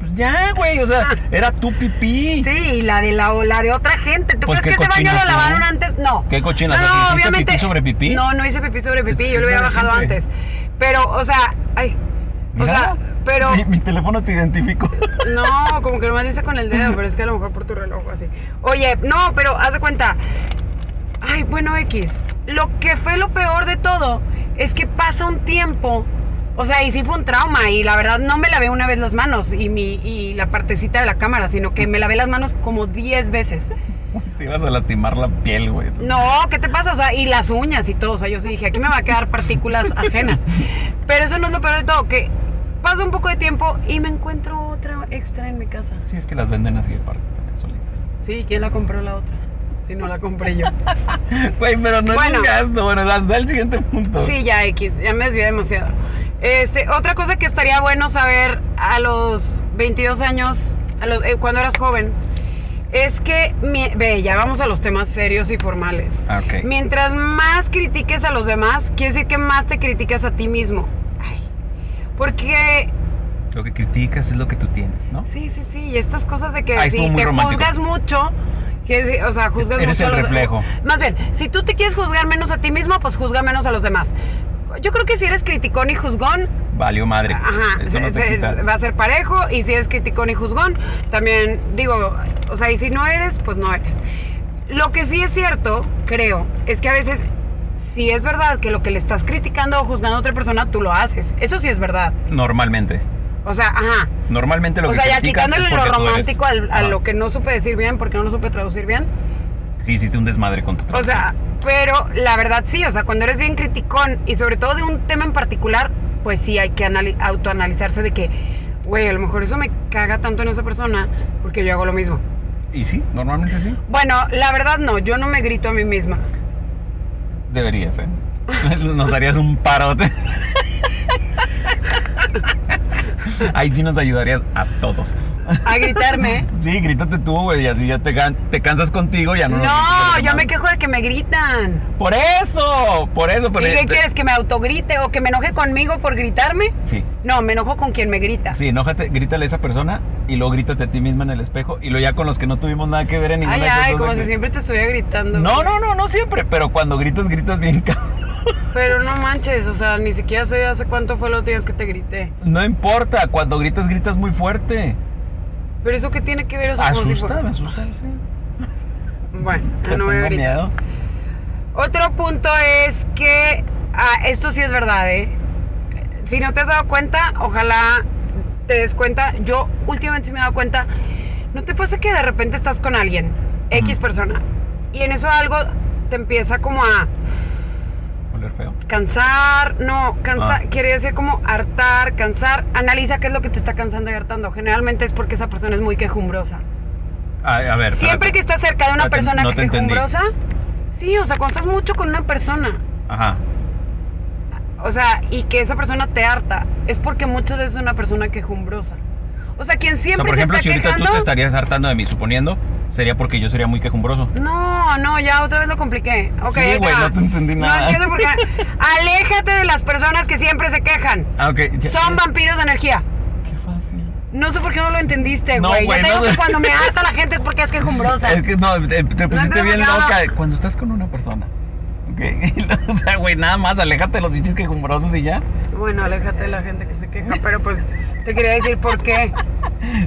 Pues ya, güey. O sea, era tu pipí.
Ah. Sí, y la de la, la de otra gente. ¿Tú
Pues,
crees que
¿qué
ese baño
cochina
lo
tú?
lavaron antes? No.
¿Qué cochina? O
No,
sea, ¿que
no,
hiciste
obviamente.
pipí sobre pipí?
No, no hice pipí sobre pipí,
Es-
yo lo
es
hubiera
lo de
bajado
siempre.
antes. Pero, o sea, ay. O
Mira.
sea, pero.
Mi, mi teléfono te identificó.
No, como que nomás dice con el dedo, pero es que a lo mejor por tu reloj o así. Oye, no, pero haz de cuenta. Ay, bueno, X. Lo que fue lo peor de todo es que pasa un tiempo. O sea, y sí fue un trauma y la verdad no me lavé una vez las manos y, mi, y la partecita de la cámara, sino que me lavé las manos como 10 veces.
te ibas a lastimar la piel, güey.
No, ¿qué te pasa? O sea, y las uñas y todo. O sea, yo sí dije, aquí me va a quedar partículas ajenas. Pero eso no es lo peor de todo, que pasa un poco de tiempo y me encuentro otra extra en mi casa.
Sí, es que las venden así de parte también, solitas.
Sí, ¿quién la compró la otra? Si no la compré yo.
Güey, pero no es
Bueno.
un gasto. Bueno, da, da el siguiente punto.
sí, ya X, ya me desvié demasiado. Este, otra cosa que estaría bueno saber a los 22 años, a los- eh, cuando eras joven, es que, mi- ve, ya vamos a los temas serios y formales.
Ah, ok.
Mientras más critiques a los demás, quiere decir que más te criticas a ti mismo. Ay, porque
Lo que criticas es lo que tú tienes, ¿no?
Sí, sí, sí. Y estas cosas de que
Ah,
si
estuvo muy
te
romántico.
juzgas mucho, que si- o sea, juzgas
Eres
mucho.
el
a los-
reflejo.
Más bien, si tú te quieres juzgar menos a ti mismo, pues juzga menos a los demás. Yo creo que si eres criticón y juzgón,
Valió madre.
ajá,
Eso no
se-
te
se-
quita.
va a ser parejo. Y si eres criticón y juzgón, también digo, o sea, y si no eres, pues no eres. Lo que sí es cierto, creo, es que a veces, si es verdad que lo que le estás criticando o juzgando a otra persona, tú lo haces. Eso sí es verdad.
Normalmente.
O sea, ajá.
Normalmente lo
O
que
sea, ya
criticas
quitándole
es
lo
porque tú eres.
romántico al- a
Ajá.
lo que no supe decir bien, porque no lo supe traducir bien.
Sí, hiciste un desmadre con tu
O sea, pero la verdad sí, o sea, cuando eres bien criticón y sobre todo de un tema en particular, pues sí hay que anali- autoanalizarse de que, güey, a lo mejor eso me caga tanto en esa persona porque yo hago lo mismo.
Y sí, normalmente sí.
Bueno, la verdad no, yo no me grito a mí misma.
Deberías, ¿eh? Nos harías un parote. Ahí sí nos ayudarías a todos.
a gritarme.
Sí, grítate tú, güey, y así ya te, gan- te cansas contigo, ya no. nos gritas a
No,
los
yo me
demás.
quejo de que me gritan.
Por eso, por eso,
¿Y
pero.
qué quieres? ¿Que me autogrite o que me enoje conmigo por gritarme?
Sí.
No, me enojo con quien me grita.
Sí, enójate, grítale a esa persona y luego grítate a ti misma en el espejo y luego ya con los que no tuvimos nada que ver en ninguna
Ay,
de esas
ay,
dos
como
aquí.
si siempre te estuviera gritando.
No, no, no, no siempre, pero cuando gritas, gritas bien cabrón.
Pero no manches, o sea, ni siquiera sé hace cuánto fue los días que te grité.
No importa, cuando gritas, gritas muy fuerte.
Pero eso qué tiene que ver, o sea, como si
Asusta,
fuera-
me asusta, sí.
Bueno,
Te
no
tengo
voy a gritar.
miedo.
Otro punto es que ah, esto sí es verdad, ¿eh? Si no te has dado cuenta, ojalá te des cuenta. Yo últimamente sí me he dado cuenta. ¿No te pasa que de repente estás con alguien, X persona, y en eso algo te empieza como a
Oler feo.
cansar? No, cansa,
Ah.
quiere decir como hartar, cansar. Analiza qué es lo que te está cansando y hartando. Generalmente es porque esa persona es muy quejumbrosa.
A, a ver.
Siempre
espérate.
que estás cerca de una
No te-
persona
no te entendí.
quejumbrosa, sí, o sea, cuando estás mucho con una persona,
Ajá.
O sea, y que esa persona te harta, es porque muchas veces es una persona quejumbrosa. O sea, quien
O sea,
siempre
por ejemplo, si
se está
ahorita tú te
quejando.
estarías hartando de mí, suponiendo, sería porque yo sería muy quejumbroso.
No, no, ya otra vez lo compliqué. Ok,
Sí,
ahí te
güey,
va.
no te entendí
No
nada.
entiendo por qué. Aléjate de las personas que siempre se quejan.
Ah, ok. ya-
Son vampiros de energía.
Qué fácil.
No sé por qué no lo entendiste,
No,
güey.
güey, Eh,
Yo te
no
digo
sé.
que cuando me harta la gente es porque es quejumbrosa.
Es que no, te, te pusiste
entiendo
bien
por qué no.
loca. Cuando estás con una persona. Ok. o sea, güey, nada más, aléjate de los bichos quejumbrosos y ya.
Bueno, aléjate de la gente que se queja, pero pues te quería decir por qué.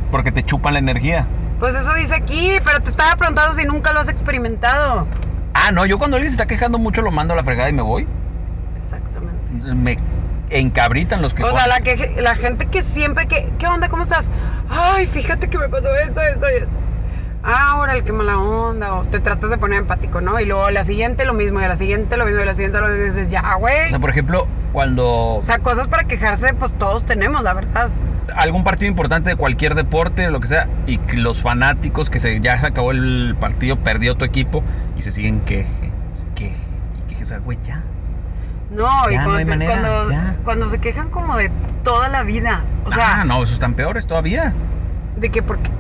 Porque te chupan la energía.
Pues eso dice aquí, pero te estaba preguntando si nunca lo has experimentado.
Ah, no, yo cuando alguien se está quejando mucho lo mando a la fregada y me voy.
Exactamente.
Me encabritan los que
O sea, la, que, la gente que siempre que, ¿qué onda? ¿Cómo estás? Ay, fíjate que me pasó esto, esto y esto. Ah, ahora el que mala onda. O te tratas de poner empático, ¿no? Y luego a la siguiente lo mismo, y a la siguiente lo mismo, y a la siguiente lo mismo. Y dices, ya,
O
güey.
sea, por ejemplo, cuando
O sea, cosas para quejarse, pues todos tenemos, la verdad.
algún partido importante de cualquier deporte, de lo que sea, y que los fanáticos que se, ya se acabó el partido, perdió tu equipo y se siguen queje, queje, y queje, o sea, güey, ya.
No, y
Ya, no
cuando,
hay
te-
manera,
cuando,
ya.
cuando se quejan como de toda la vida. O sea,
ah, no, esos están peores todavía.
de que porque,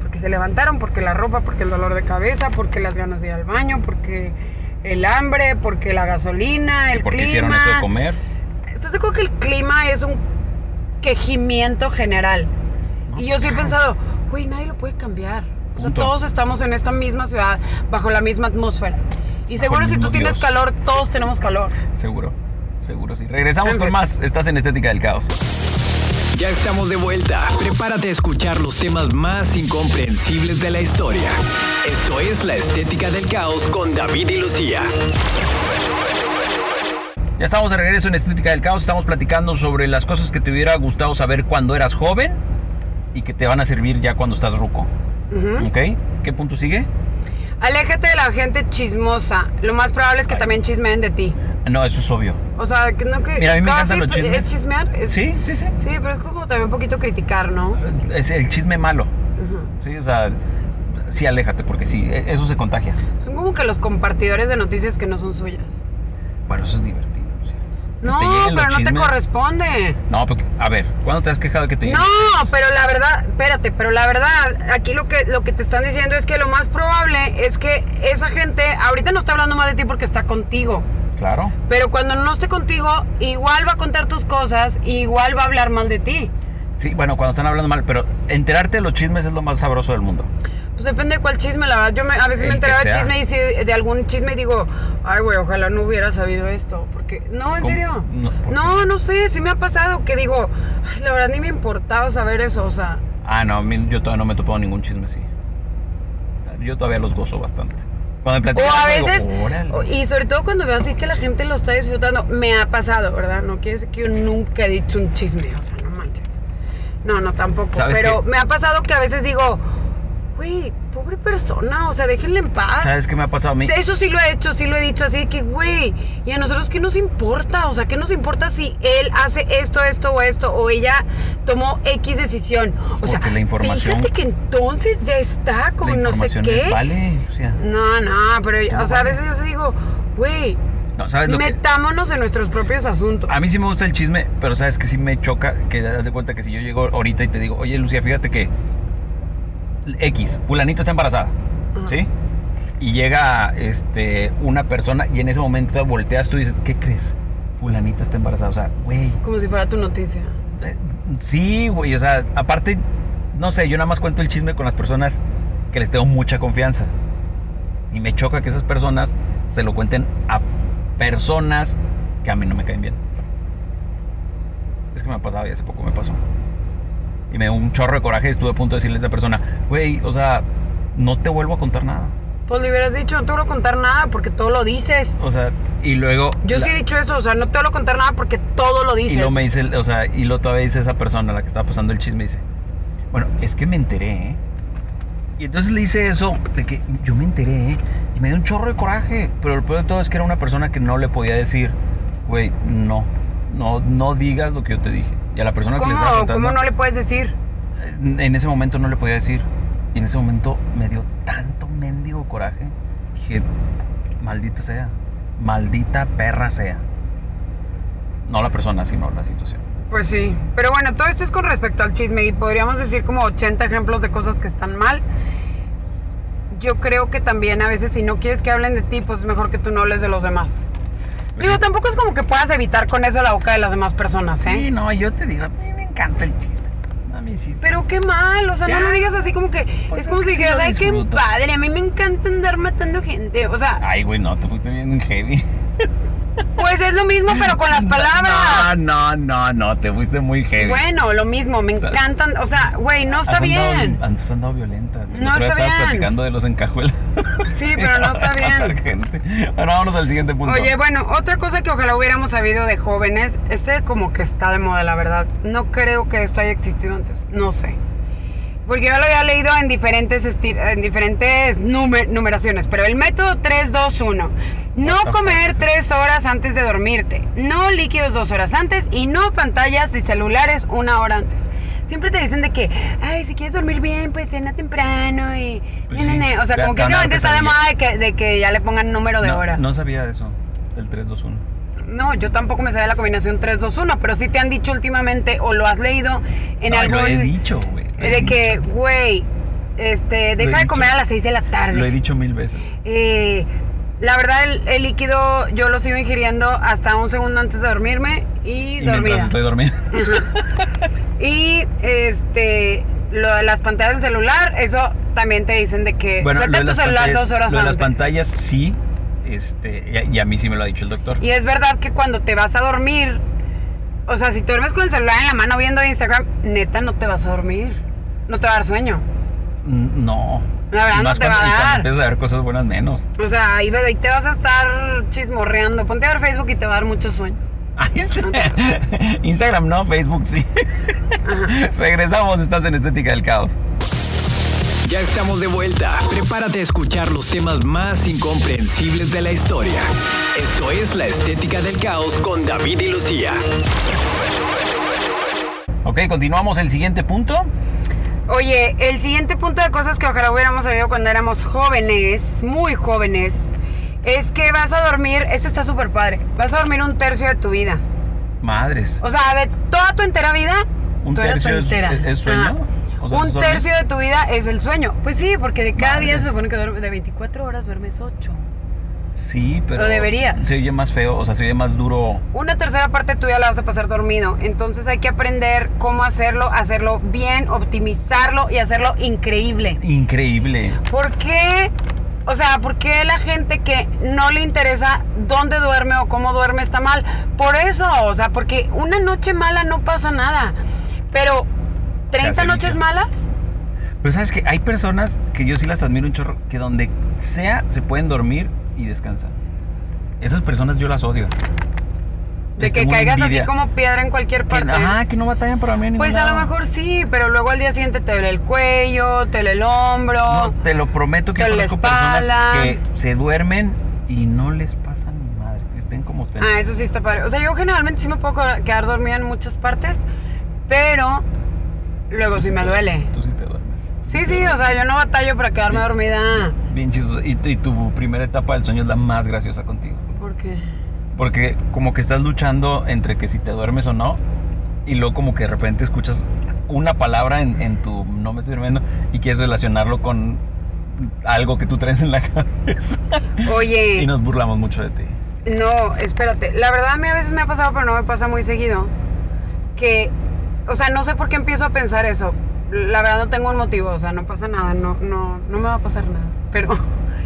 porque se levantaron, porque la ropa, porque el dolor de cabeza, porque las ganas de ir al baño, porque el hambre, porque la gasolina, el
porque
clima.
hicieron eso de comer.
¿Estás de acuerdo que el clima es un quejimiento general?
No,
y yo sí he
claro.
pensado, güey, nadie lo puede cambiar. O sea,
Punto.
todos estamos en esta misma ciudad, bajo la misma atmósfera. Y
Bajo
seguro
el
si tú
mismo
tienes
Dios.
calor, todos tenemos calor.
Seguro, seguro, sí. Regresamos
En
con
fin.
más. Estás en Estética del Caos.
Ya estamos de vuelta. Prepárate a escuchar los temas más incomprensibles de la historia. Esto es La Estética del Caos con David y Lucía.
Ya estamos de regreso en Estética del Caos. Estamos platicando sobre las cosas que te hubiera gustado saber cuando eras joven y que te van a servir ya cuando estás ruco.
Ujú.
¿Ok? ¿Qué punto sigue?
Aléjate de la gente chismosa. Lo más probable es que
Ay.
también chismeen de ti.
No, eso es obvio.
O sea, que no que...
Mira, a mí me
casi,
encantan los
pues,
chismes.
¿Es chismear? Es-
Sí, sí, sí.
Sí, pero es como también un poquito criticar, ¿no?
Es el chisme malo.
Ujú.
Sí, o sea, sí, aléjate porque sí, e- eso se contagia.
Son como que los compartidores de noticias que no son suyas.
Bueno, eso es divertido. o sea, que
No,
te lleguen los
pero no te
chismes-
corresponde.
No, porque, a ver, ¿cuándo te has quejado de que te lleguen
No,
los chismes?
pero la verdad, espérate, pero la verdad, aquí lo que, lo que te están diciendo es que lo más probable es que esa gente ahorita no está hablando más de ti porque está contigo.
Claro.
Pero cuando no esté contigo, igual va a contar tus cosas, igual va a hablar mal de ti.
Sí, bueno, cuando están hablando mal, pero enterarte de los chismes es lo más sabroso del mundo.
Pues depende de cuál chisme, la verdad. Yo me- a veces
El
me
que
enteraba de
sea.
chisme y si- de algún chisme y digo, ay, güey, ojalá no hubiera sabido esto. Porque, no, en
¿Cómo?
serio.
No, ¿por qué?
No, no sé, sí me ha pasado que digo, ay, la verdad ni me importaba saber eso, o sea.
Ah, no, a mí- yo todavía no me he topado ningún chisme así. Yo todavía los gozo bastante. Cuando me
O
platican
a
algo,
veces,
digo, "Órale".
o- y sobre todo cuando veo así que la gente lo está disfrutando, me ha pasado, ¿verdad? No quiere decir que yo nunca he dicho un chisme, o sea, no manches. No, no, tampoco.
¿Sabes
Pero
qué?
me ha pasado que a veces digo, güey, pobre persona, o sea, déjenle en paz.
¿Sabes qué me ha pasado a mí?
Eso sí lo he hecho, sí lo he dicho, así que, güey, ¿y a nosotros qué nos importa? O sea, ¿qué nos importa si él hace esto, esto o esto, o ella tomó X decisión? O sea,
Porque la información-
fíjate que entonces ya está
La
con no sé
información
qué.
es- Vale, o sea,
No, no, pero, o
Todo
sea, a
vale.
veces yo sí digo, güey,
no, ¿sabes lo que?
metámonos en nuestros propios asuntos.
A mí sí me gusta el chisme, pero sabes que sí me choca que das de cuenta que si yo llego ahorita y te digo, oye Lucía, fíjate que X, fulanita está embarazada, ¿sí? Y llega este, una persona y en ese momento volteas tú y dices, ¿qué crees? Fulanita está embarazada, o sea, güey,
Como si fuera tu noticia.
eh, sí, güey, o sea, aparte, no sé, yo nada más cuento el chisme con las personas que les tengo mucha confianza. Y me choca que esas personas se lo cuenten a personas que a mí no me caen bien. Es que me ha pasado y hace poco me pasó. Y me dio un chorro de coraje y estuve a punto de decirle a esa persona, güey, o sea, no te vuelvo a contar nada.
Pues le hubieras dicho, no te voy a contar nada porque todo lo dices.
O sea, y luego...
Yo
la-
sí he dicho eso, o sea, no te voy a contar nada porque todo lo
Y
dices.
lo me dice, el- o sea, y lo todavía dice esa persona, la que estaba pasando el chisme, dice, bueno, es que me enteré, ¿eh?". Y entonces le hice eso, de que yo me enteré, ¿eh?". y me dio un chorro de coraje, pero el peor de todo es que era una persona que no le podía decir, güey, no, no, no digas lo que yo te dije. Y a la persona que le
¿Cómo,
estaba
¿Cómo
contando, eh,
no le puedes decir?
en- en ese momento no le podía decir, y en ese momento me dio tanto mendigo coraje, dije, maldita sea, maldita perra sea. No la persona, sino la situación.
Pues sí, pero bueno, todo esto es con respecto al chisme y podríamos decir como 80 ejemplos de cosas que están mal. Yo creo que también a veces si no quieres que hablen de ti, pues es mejor que tú no hables de los demás.
Pues
Digo,
sí.
tampoco es como que puedas evitar con eso la boca de las demás personas, ¿eh?
Sí, no, yo te digo, a mí me encanta el chisme. A mí sí.
Pero qué mal, o sea,
Ya.
no lo digas así como que
Pues
es como
es que
si
sí
dijeras,
lo
ay, qué
disfruto".
padre, a mí me encanta andar matando gente. O sea,
Ay, güey, no, te fuiste bien heavy.
pues es lo mismo, pero con las palabras.
No, no, no, no, te fuiste muy heavy.
Bueno, lo mismo, me encantan. O sea, güey, no está
Has andado
bien.
vi- antes andado violenta. güey. El
No
otro día
está
estabas
bien.
platicando de los encajuelas.
Sí, pero no está bien.
Gente. Bueno, vámonos al siguiente punto.
Oye, bueno, otra cosa que ojalá hubiéramos sabido de jóvenes, este como que está de moda, la verdad. No creo que esto haya existido antes, no sé. Porque yo lo había leído en diferentes, esti- en diferentes numer- numeraciones, pero el método 3-2-1. No
What the fuck
comer
is it?
tres horas antes de dormirte, no líquidos dos horas antes y no pantallas ni celulares una hora antes. Siempre te dicen de que, ay, si quieres dormir bien, pues cena temprano y...
Pues
ne,
sí,
ne, ne". O sea,
te-
como
te
que
van a dar
últimamente está de
pesadillas.
moda de que, de que ya le pongan número de
no,
hora.
no sabía eso, el 3-2-1.
No, yo tampoco me sabía la combinación 3-2-1, pero sí te han dicho últimamente o lo has leído en
No,
algún...
Lo he dicho, güey. lo he
De que,
dicho.
güey, este,
he
deja de
dicho.
comer a las 6 de la
Lo he
tarde.
dicho mil veces.
Eh, la verdad, el, el líquido yo lo sigo ingiriendo hasta un segundo antes de dormirme y,
Y mientras
dormida.
estoy dormida.
Y, este, lo de las pantallas del celular, eso también te dicen de que
Bueno,
suelta
lo de las
tu celular
pantallas-
dos horas
lo de las
antes.
pantallas sí, este, y a, y a mí sí me lo ha dicho el doctor.
Y es verdad que cuando te vas a dormir, o sea, si te duermes con el celular en la mano viendo Instagram, neta no te vas a dormir. No te va a dar sueño.
Mm, No.
La verdad,
Y
no
más
te
cuando,
va a
y cuando
dar.
empiezas a ver cosas buenas menos.
O sea, ahí, ve- ahí te vas a estar chismorreando. Ponte a ver Facebook y te va a dar mucho sueño.
Ay, sí. Instagram no, Facebook sí. Regresamos, estás en Estética del Caos.
Ya estamos de vuelta. Prepárate a escuchar los temas más incomprensibles de la historia. Esto es La Estética del Caos con David y Lucía.
Ok, continuamos el siguiente punto.
Oye, el siguiente punto de cosas que ojalá hubiéramos sabido cuando éramos jóvenes, muy jóvenes, es que vas a dormir, este está súper padre, vas a dormir un tercio de tu vida.
Madres.
O sea, de toda tu entera vida,
¿Un
Oh, tú eres
tercio
tu
es-
entera.
es- es sueño?
Ajá.
O sea, ¿es
un
dormir?
tercio de tu vida es el sueño. Pues sí, porque de cada día
Madres.
se supone que duerme- de 24 horas duermes 8.
Sí, pero.
Lo deberías.
Se oye más feo, o sea, se oye más duro.
Una tercera parte de tu vida la vas a pasar dormido. Entonces hay que aprender cómo hacerlo, hacerlo bien, optimizarlo y hacerlo increíble.
Increíble.
¿Por qué? O sea, ¿por qué la gente que no le interesa dónde duerme o cómo duerme está mal? Por eso, o sea, porque una noche mala no pasa nada. Pero 30
hace
noches
vicio.
malas,
Pero sabes que hay personas que yo sí las admiro un chorro, que donde sea se pueden dormir y descansan. Esas personas yo las odio.
de
Les
que
tengo una
caigas así
envidia.
como piedra en cualquier
Que,
parte.
ajá, que no batallan para dormir en
Pues
ningún
a lo
lado.
mejor sí, pero luego al día siguiente te duele el cuello, te duele el hombro.
No, te lo prometo que
que la
conozco personas
espalda.
que se duermen y no les pasa ni madre, que estén como ustedes.
Ah, eso sí está padre. O sea, yo generalmente sí me puedo co- quedar dormida en muchas partes, pero luego sí me duele.
Tú sí te duermes. tú
Sí,
te
sí, o
duermes.
sea, yo no batallo para quedarme
Sí.
dormida.
Bien chistoso. Y, y tu primera etapa del sueño es la más graciosa contigo.
¿Por qué?
Porque como que estás luchando entre que si te duermes o no. y luego como que de repente escuchas una palabra en, en tu no me estoy durmiendo y quieres relacionarlo con algo que tú traes en la cabeza.
Oye.
Y nos burlamos mucho de ti.
No, espérate. La verdad a mí a veces me ha pasado, pero no me pasa muy seguido. Que, o sea, no sé por qué empiezo a pensar eso. La verdad no tengo un motivo, o sea, no pasa nada, no, no, no me va a pasar nada. Pero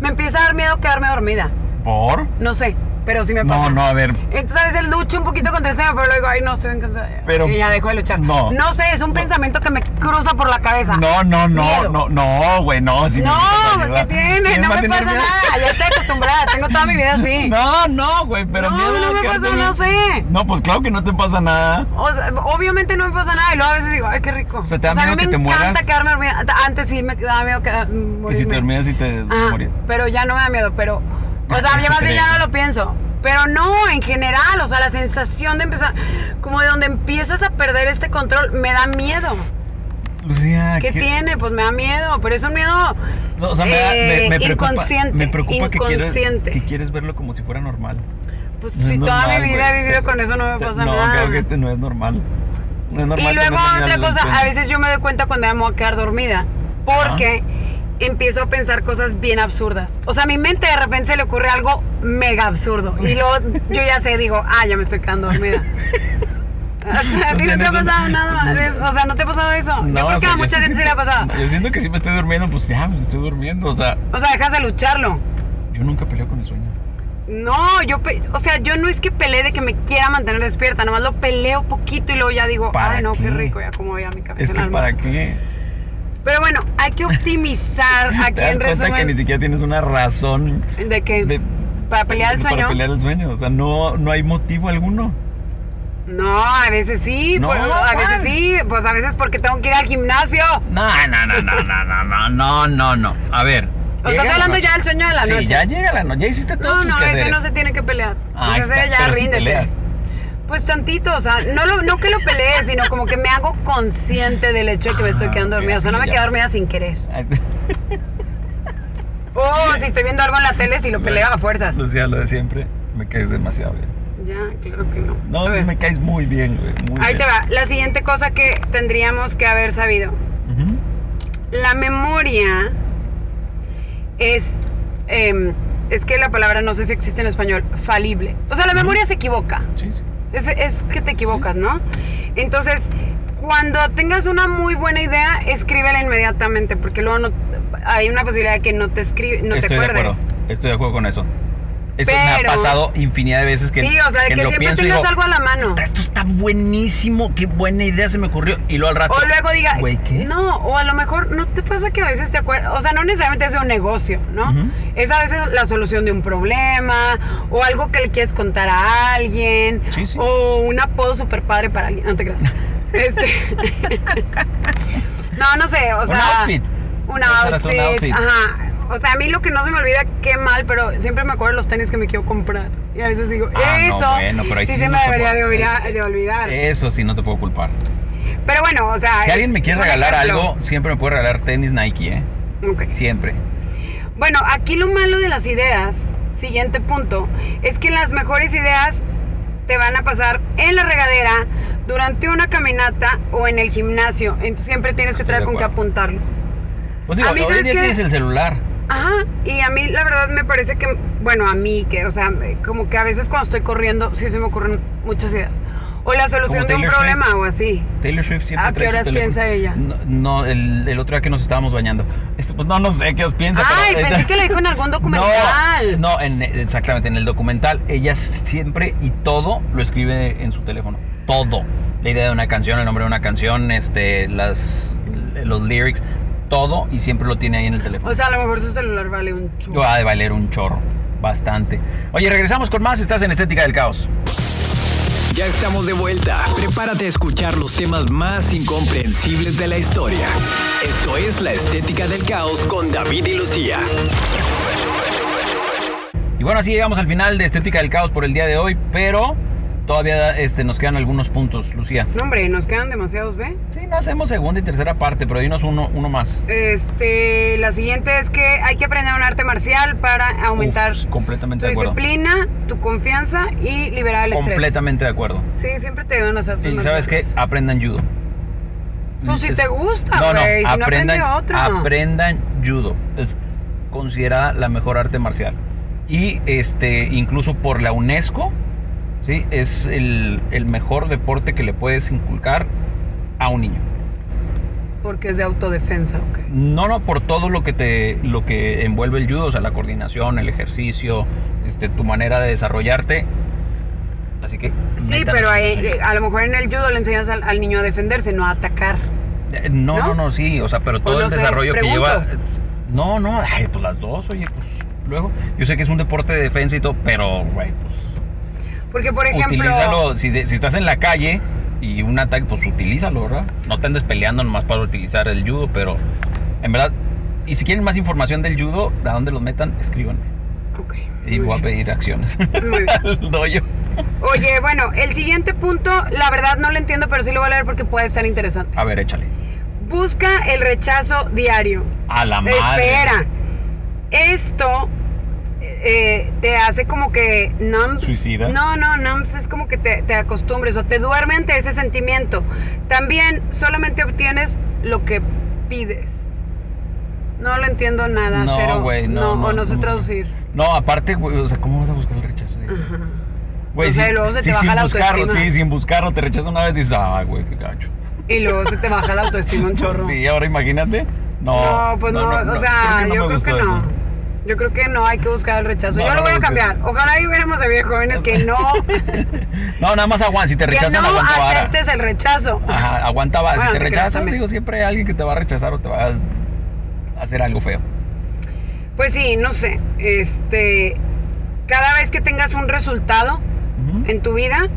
me empieza a dar miedo quedarme dormida.
¿Por?
No sé, pero sí me pasa.
No, no, a ver.
Entonces a veces lucho un poquito contra el tema, pero luego, ay, no, estoy bien cansada.
Pero-
y ya dejo de luchar.
no.
sé, es un pensamiento que me cruza por la cabeza.
No, no, no,
Miedo.
no, no, güey, no. si
No,
necesitas ayuda.
¿qué tiene?
¿Quieres
No me
mantener
pasa
miedo?
nada. Ya estoy acostumbrada. Tengo toda mi vida así.
No, no, güey, pero
No,
miedo
no
a
me
quedarte
pasa, no sé.
No, pues claro que no te pasa nada.
O sea, obviamente no me pasa nada y luego a veces digo, ay, qué rico.
sea, ¿te da
a mí
miedo
me
que te
encanta
mueras?
quedarme dormida. Antes sí me daba miedo quedar, mm, morirme.
Y si te dormías y te
Ah,
morías.
pero ya no me da miedo, pero... O
Ah,
sea,
eso
ya más bien
creo.
ya no lo pienso. Pero no, en general, o sea, la sensación de empezar... Como de donde empiezas a perder este control, me da miedo.
Lucía,
¿Qué, tiene? Pues me da miedo, pero es un miedo
No, o sea, me, da- me-
eh,
me preocupa,
inconsciente.
me preocupa que, quieres,
inconsciente.
que quieres verlo como si fuera normal.
Pues
No
si
es
toda
normal,
mi vida
güey.
he vivido con eso, no me
Te-
pasa
no,
nada.
creo que te- no es normal. No es normal.
Y luego
tener
otra
miedo al
cosa, a
sueño.
veces yo me doy cuenta cuando ya me voy a quedar dormida, porque empiezo a pensar cosas bien absurdas. O sea, a mi mente de repente se le ocurre algo mega absurdo. Y luego yo ya sé, digo, ah, ya me estoy quedando dormida. Ah, A ti no te
tienes
ha
un-
pasado nada de eso? O sea, ¿no te ha pasado eso?
No,
yo creo
o
que
sea,
a mucha
sí
gente sí le ha
siento-
pasado.
Yo siento que si me estoy durmiendo, pues ya, me estoy durmiendo. O sea,
O sea, dejas de lucharlo.
yo nunca peleo con el sueño.
No, yo, pe- o sea, yo no es que peleé de que me quiera mantener despierta, nomás lo peleo poquito y luego ya digo,
¿Para
ay no, qué,
qué?
rico, ya como ya mi cabeza
Es
en
que
la almohada".
para qué.
Pero bueno, hay que optimizar aquí
Te das
en
cuenta que ni
resumen.
siquiera tienes una razón
¿De qué?
de-
¿Para pelear el sueño?
Para pelear el sueño. O sea, no, no hay motivo alguno.
No, a veces sí,
No,
pues, a
¿cuál?
veces sí, pues a veces porque tengo que ir al gimnasio.
No, no, no, no, no, no, no, no, no, no. A ver.
¿O
llega
estás
la
hablando
noche.
ya del sueño de la
Sí,
noche?
ya llega la noche. Ya hiciste todos
No,
tus
no,
quehaceres.
ese no se tiene que pelear.
Ah, ahí
Pues ese
está,
ya
pero sí
ríndete.
peleas.
pues tantito, o sea, no, lo- no que lo pelee, sino como que me hago consciente del hecho de que me estoy
Ah,
quedando
ok,
dormida. O sea,
sí,
no me
ya.
quedo dormida sin querer.
Ay,
Oh, si estoy viendo algo en la tele, si lo peleo a fuerzas.
Lucía, lo de siempre, me caes demasiado bien.
Ya, claro que no.
No,
A
sí
ver.
me caes muy bien, güey. Muy
Ahí
bien.
te va. La siguiente cosa que tendríamos que haber sabido.
Ujú.
La memoria es. em, es que la palabra no sé si existe en español, falible. O sea, la memoria se equivoca.
Sí, sí.
Es, es que te equivocas, ¿no? Entonces, cuando tengas una muy buena idea, escríbela inmediatamente, porque luego no, hay una posibilidad de que no te escribe, no te
Estoy de
acuerdes.
acuerdo. Estoy de acuerdo con eso. Eso me
Pero-
ha pasado infinidad de veces que
sí, o sea, de que,
lo
siempre
pienso y
tengas
digo,
algo a la mano.
"Puta, Esto está buenísimo, qué buena idea se me ocurrió. Y luego al rato.
O luego diga,
Güey, ¿qué?
no, o a lo mejor no te pasa que a veces te acuerdas, o sea, no necesariamente es de un negocio, ¿no?
Ujú.
Es a veces la solución de un problema, o algo que le quieres contar a alguien,
Sí, sí.
o un apodo super padre para alguien, no te creas. Este- no, no sé, o
Un
sea.
outfit.
Un
Puede ser hasta
outfit,
un outfit.
ajá. O sea, a mí lo que no se me olvida, qué mal, pero siempre me acuerdo de los tenis que me quiero comprar. Y a veces digo,
Ah, no,
eso
bueno, pero ahí
sí,
sí
se
no Eh,
me
te
debería de
puedo-
olvidar. De olvidar.
Eso sí, no te puedo culpar.
Pero bueno, o sea.
Si
es-
alguien me quiere
es un
regalar
ejemplo.
algo, siempre me puede regalar tenis Nike, ¿eh?
Ok.
Siempre.
Bueno, aquí lo malo de las ideas, siguiente punto, es que las mejores ideas te van a pasar en la regadera, durante una caminata o en el gimnasio. Entonces siempre tienes que
Estoy
traer
de
con qué
acuerdo.
apuntarlo.
Pues digo,
A mí,
hoy en
¿sabes
día
qué?
tienes el celular.
Ajá, y a mí la verdad me parece que, bueno, a mí que, o sea, me- como que a veces cuando estoy corriendo sí se me ocurren muchas ideas. O la solución de un
Taylor Swift.
problema o así.
Taylor Swift siempre
¿A Ah, qué
trae su
horas
teléfono.
piensa ella?
No, no, el, el otro día que nos estábamos bañando. Este, pues no, no sé qué os piensa.
Ay,
pero-
pensé que lo dijo en algún documental.
No, no en, exactamente, en el documental. Ella siempre y todo lo escribe en su teléfono. Todo. La idea de una canción, el nombre de una canción, este, las, los lyrics, todo y siempre lo tiene ahí en el teléfono.
O sea, a lo mejor su celular vale un chulo.
Va a valer un chorro, bastante. Oye, regresamos con más. Estás en Estética del Caos.
Ya estamos de vuelta. Prepárate a escuchar los temas más incomprensibles de la historia. Esto es La Estética del Caos con David y Lucía.
Y bueno, así llegamos al final de Estética del Caos por el día de hoy, pero Todavía este, nos quedan algunos puntos, Lucía.
No, hombre, nos quedan demasiados, ¿ve?
Sí, no hacemos segunda y tercera parte, pero dinos uno, uno más.
Este, la siguiente es que hay que aprender un arte marcial para aumentar
Uf, completamente
tu
de acuerdo.
disciplina, tu confianza y liberar el estrés.
Completamente de acuerdo.
Sí, siempre te van a hacer
Y sabes qué, aprendan judo.
Pues si
Es-
te gusta,
no, no,
güey, si no
aprendan,
aprende otro.
aprendan judo. Es considerada la mejor arte marcial. Y este, incluso por la UNESCO, ¿sí? es el, el mejor deporte que le puedes inculcar a un niño.
Porque es de autodefensa, ok.
No, no, por todo lo que te lo que envuelve el judo, o sea, la coordinación, el ejercicio, este, tu manera de desarrollarte. Así que.
Sí,
métanle
pero
sus
ahí,
años.
eh, a lo mejor en el judo le enseñas al, al niño a defenderse, no a atacar.
Eh, No,
¿no?
no, no, sí, o sea, pero todo
no
el
sé,
desarrollo que
pregunto.
lleva. eh, No, no, ay, pues las dos, oye, pues luego. Yo sé que es un deporte de defensa y todo, pero, güey, pues.
Porque, por ejemplo,
utilízalo, si, de- si estás en la calle y un ataque, pues utilízalo, ¿verdad? No te andes peleando nomás para utilizar el judo, pero en verdad. Y si quieren más información del judo, ¿a dónde los metan? Escríbanme.
Ok,
Y
muy
voy a
bien,
pedir acciones.
muy bien.
Al doyo.
Oye, bueno, el siguiente punto, la verdad no lo entiendo, pero sí lo voy a leer porque puede estar interesante.
A ver, échale.
Busca el rechazo diario.
A la madre.
Espera. Esto eh, te hace como que numbs.
Suicida.
No, no, numbs es como que te, te acostumbres o te duerme ante ese sentimiento. También solamente obtienes lo que pides. No lo entiendo nada,
No,
cero.
güey, no,
no, o
no,
no sé
no.
traducir.
No, aparte, güey, o sea, ¿cómo vas a buscar el rechazo? diario? Güey,
O sea, y luego se te baja
sin
la
buscarlo,
autoestima.
sí, sin buscarlo, te rechaza una vez y dices, ah, güey, qué gacho.
Y luego se te baja la autoestima un chorro.
Sí, ahora imagínate. No,
No, pues no, o sea, yo creo que
me gustó
no.
eso.
Yo creo que no hay que buscar el rechazo.
No,
yo lo
no
voy a
busques.
cambiar. Ojalá y hubiéramos sabido jóvenes que no,
No, nada más aguanta, si te
que
rechazan,
no
aguanta vara.
aceptes el rechazo.
Ajá, aguanta vara.
Bueno,
si
te
te
creas
rechazan,
también.
digo, siempre hay alguien que te va a rechazar o te va a hacer algo feo.
Pues sí, no sé. Este, cada vez que tengas un resultado
Ujú.
en tu vida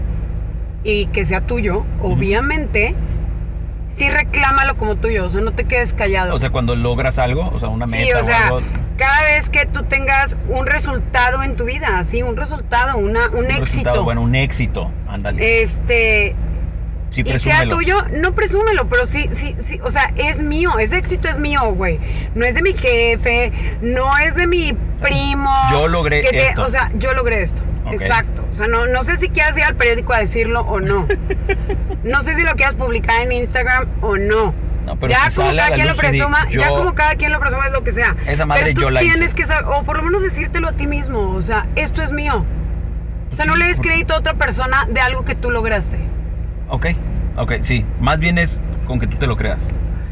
y que sea tuyo, obviamente, sí reclámalo como tuyo. O sea, no te quedes callado.
O sea, cuando logras algo, o sea, una meta
Sí, o sea,
algo,
cada vez que tú tengas un resultado en tu vida, sí, un resultado, una, un, éxito,
resultado, bueno, un éxito, ándale.
este,
sí,
y sea
presúmelo.
tuyo, no presúmelo, pero sí, sí, sí, o sea, es mío, ese éxito es mío, güey. No es de mi jefe, no es de mi primo.
yo logré
que te-
esto.
O sea, yo logré esto.
Ok.
Exacto. O sea, no, no sé si quieras ir al periódico a decirlo o no. No sé si lo quieras publicar en Instagram o no.
No, pero
ya
si
como
sale a
cada
la
quien lo
luz y di,
presuma, ya
yo-
como cada quien lo presuma es lo que sea.
Esa madre
pero tú
yo la
tienes
hice.
que saber, o por lo menos decírtelo a ti mismo, o sea, esto es mío. O sea,
Pues
no
sí,
le des
porque-
crédito a otra persona de algo que tú lograste.
Ok, ok, sí. Más bien es con que tú te lo creas.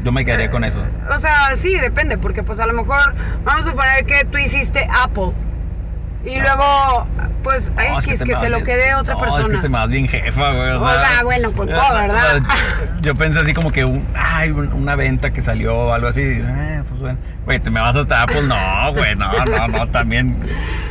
Yo me quedaría con eso.
O sea, sí, depende, porque pues a lo mejor vamos a suponer que tú hiciste Apple y luego, pues, ay,
Ah. No, es
quis
te
que,
me
se
vas
lo
bien-
quede otra
no,
persona.
Es que te me vas bien jefa, güey. O
O
sea,
sea, bueno, pues, todo, ¿verdad?
Yo pensé así como que un, ay, un- una venta que salió o algo así. Eh, pues bueno. Güey, te me vas hasta Apple. No, güey, no, no, no. También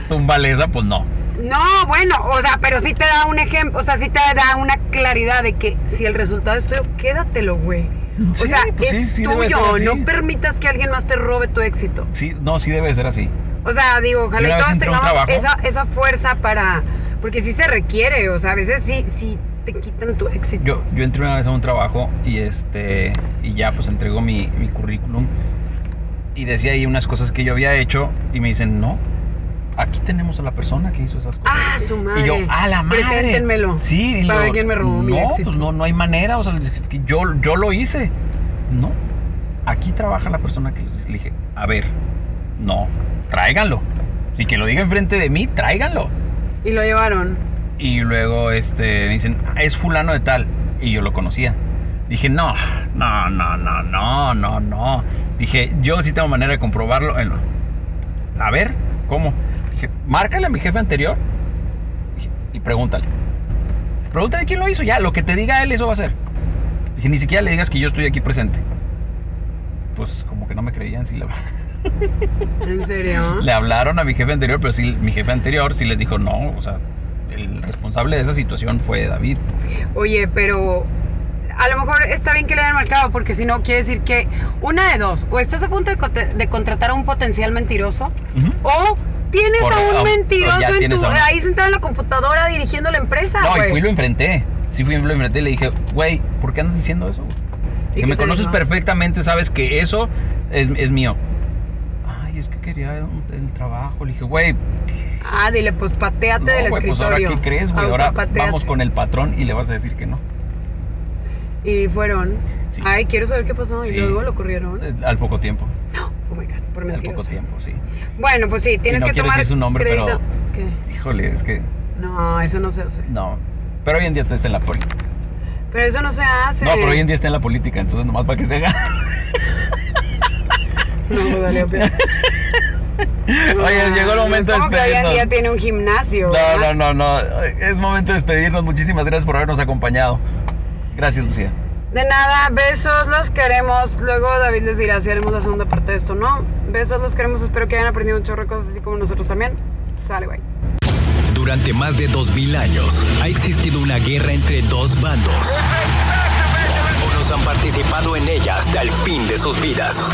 tumbaleza, pues no.
No, bueno, o sea, pero sí te da un ejemplo, o sea, sí te da una claridad de que si el resultado es tuyo, quédatelo, güey. o
Sí,
sea,
pues sí,
es
sí debe ser
tuyo,
así.
no permitas que alguien más te robe tu éxito.
Sí, no, sí debe ser así.
O sea, digo, ojalá
Yo
y
una vez
todos
entré a un
tengamos
trabajo.
esa, esa fuerza para, porque sí se requiere, o sea, a veces sí, sí te quitan tu éxito.
Yo, yo entré una vez a un trabajo y este y ya pues entrego mi, mi currículum y decía ahí unas cosas que yo había hecho y me dicen, no, aquí tenemos a la persona que hizo esas cosas.
Ah, su madre.
Y yo, a la madre.
Preséntenmelo.
Sí. y
Para
yo,
ver quién me robó
no,
mi éxito.
pues no, no hay manera, o sea, es que yo, yo lo hice. No, aquí trabaja la persona que les elige. A ver, no, tráiganlo. Si que lo diga enfrente de mí, tráiganlo.
Y lo llevaron.
Y luego este, me dicen, "Ah, es fulano de tal. Y yo lo conocía. Dije, no, no, no, no, no, no, no. Dije, yo sí tengo manera de comprobarlo. Él no. a ver, ¿cómo? Dije, márcale a mi jefe anterior Dije, y pregúntale. Pregúntale quién lo hizo. Ya, lo que te diga él, eso va a ser. Dije, ni siquiera le digas que yo estoy aquí presente. Pues como que no me creían, sí, la verdad.
¿En serio?
Le hablaron a mi jefe anterior, pero sí, mi jefe anterior sí les dijo no, o sea, el responsable de esa situación fue David.
Oye, pero a lo mejor está bien que le hayan marcado, porque si no, quiere decir que una de dos, o estás a punto de, cote- de contratar a un potencial mentiroso, o tienes
Correcto,
a un
pero
mentiroso
ya
en
tienes
tu-
a un-
ahí sentado en la computadora dirigiendo la empresa,
No, y
Ah, güey.
fui y lo enfrenté. Sí fui y lo enfrenté y le dije, güey, ¿por qué andas diciendo eso? güey?
¿Y
Que
qué
me
te
conoces
dijo?
perfectamente, sabes que eso es, es mío. Ay, es que quería un- el trabajo. Le dije, güey,
Ah, dile, pues pateate
no,
del
güey, pues ahora
escritorio.
qué crees, güey. Ahora
Autopateate.
vamos con el patrón y le vas a decir que no.
Y fueron.
Sí.
Ay, quiero saber qué pasó.
Sí.
Y luego lo corrieron.
Eh, Al poco tiempo.
Oh my God, por
Al poco
mentiroso.
tiempo, sí.
Bueno, pues sí, tienes
no
que
quiero
tomar.
decir su nombre, pero-
crédito. ¿Qué?
Híjole, es que
No, eso no se hace.
no. Pero hoy en día está en la política.
Pero eso no se hace.
No, pero hoy en día está en la política, entonces nomás para que se haga.
No, me dolió, pero-
Oye,
Ah,
llegó el
no
momento
es
de
como que hoy en día
despedirnos.
tiene un gimnasio.
No,
¿verdad?
no, no, no. Es momento de despedirnos. Muchísimas gracias por habernos acompañado. Gracias, Lucía.
De nada, besos, los queremos. Luego David les dirá si haremos la segunda parte de esto, ¿no? Besos, los queremos. Espero que hayan aprendido un chorro de cosas así como nosotros también. Sale, bye.
Durante más de 2000 años ha existido una guerra entre dos bandos. Unos han participado en ella hasta el fin de sus vidas.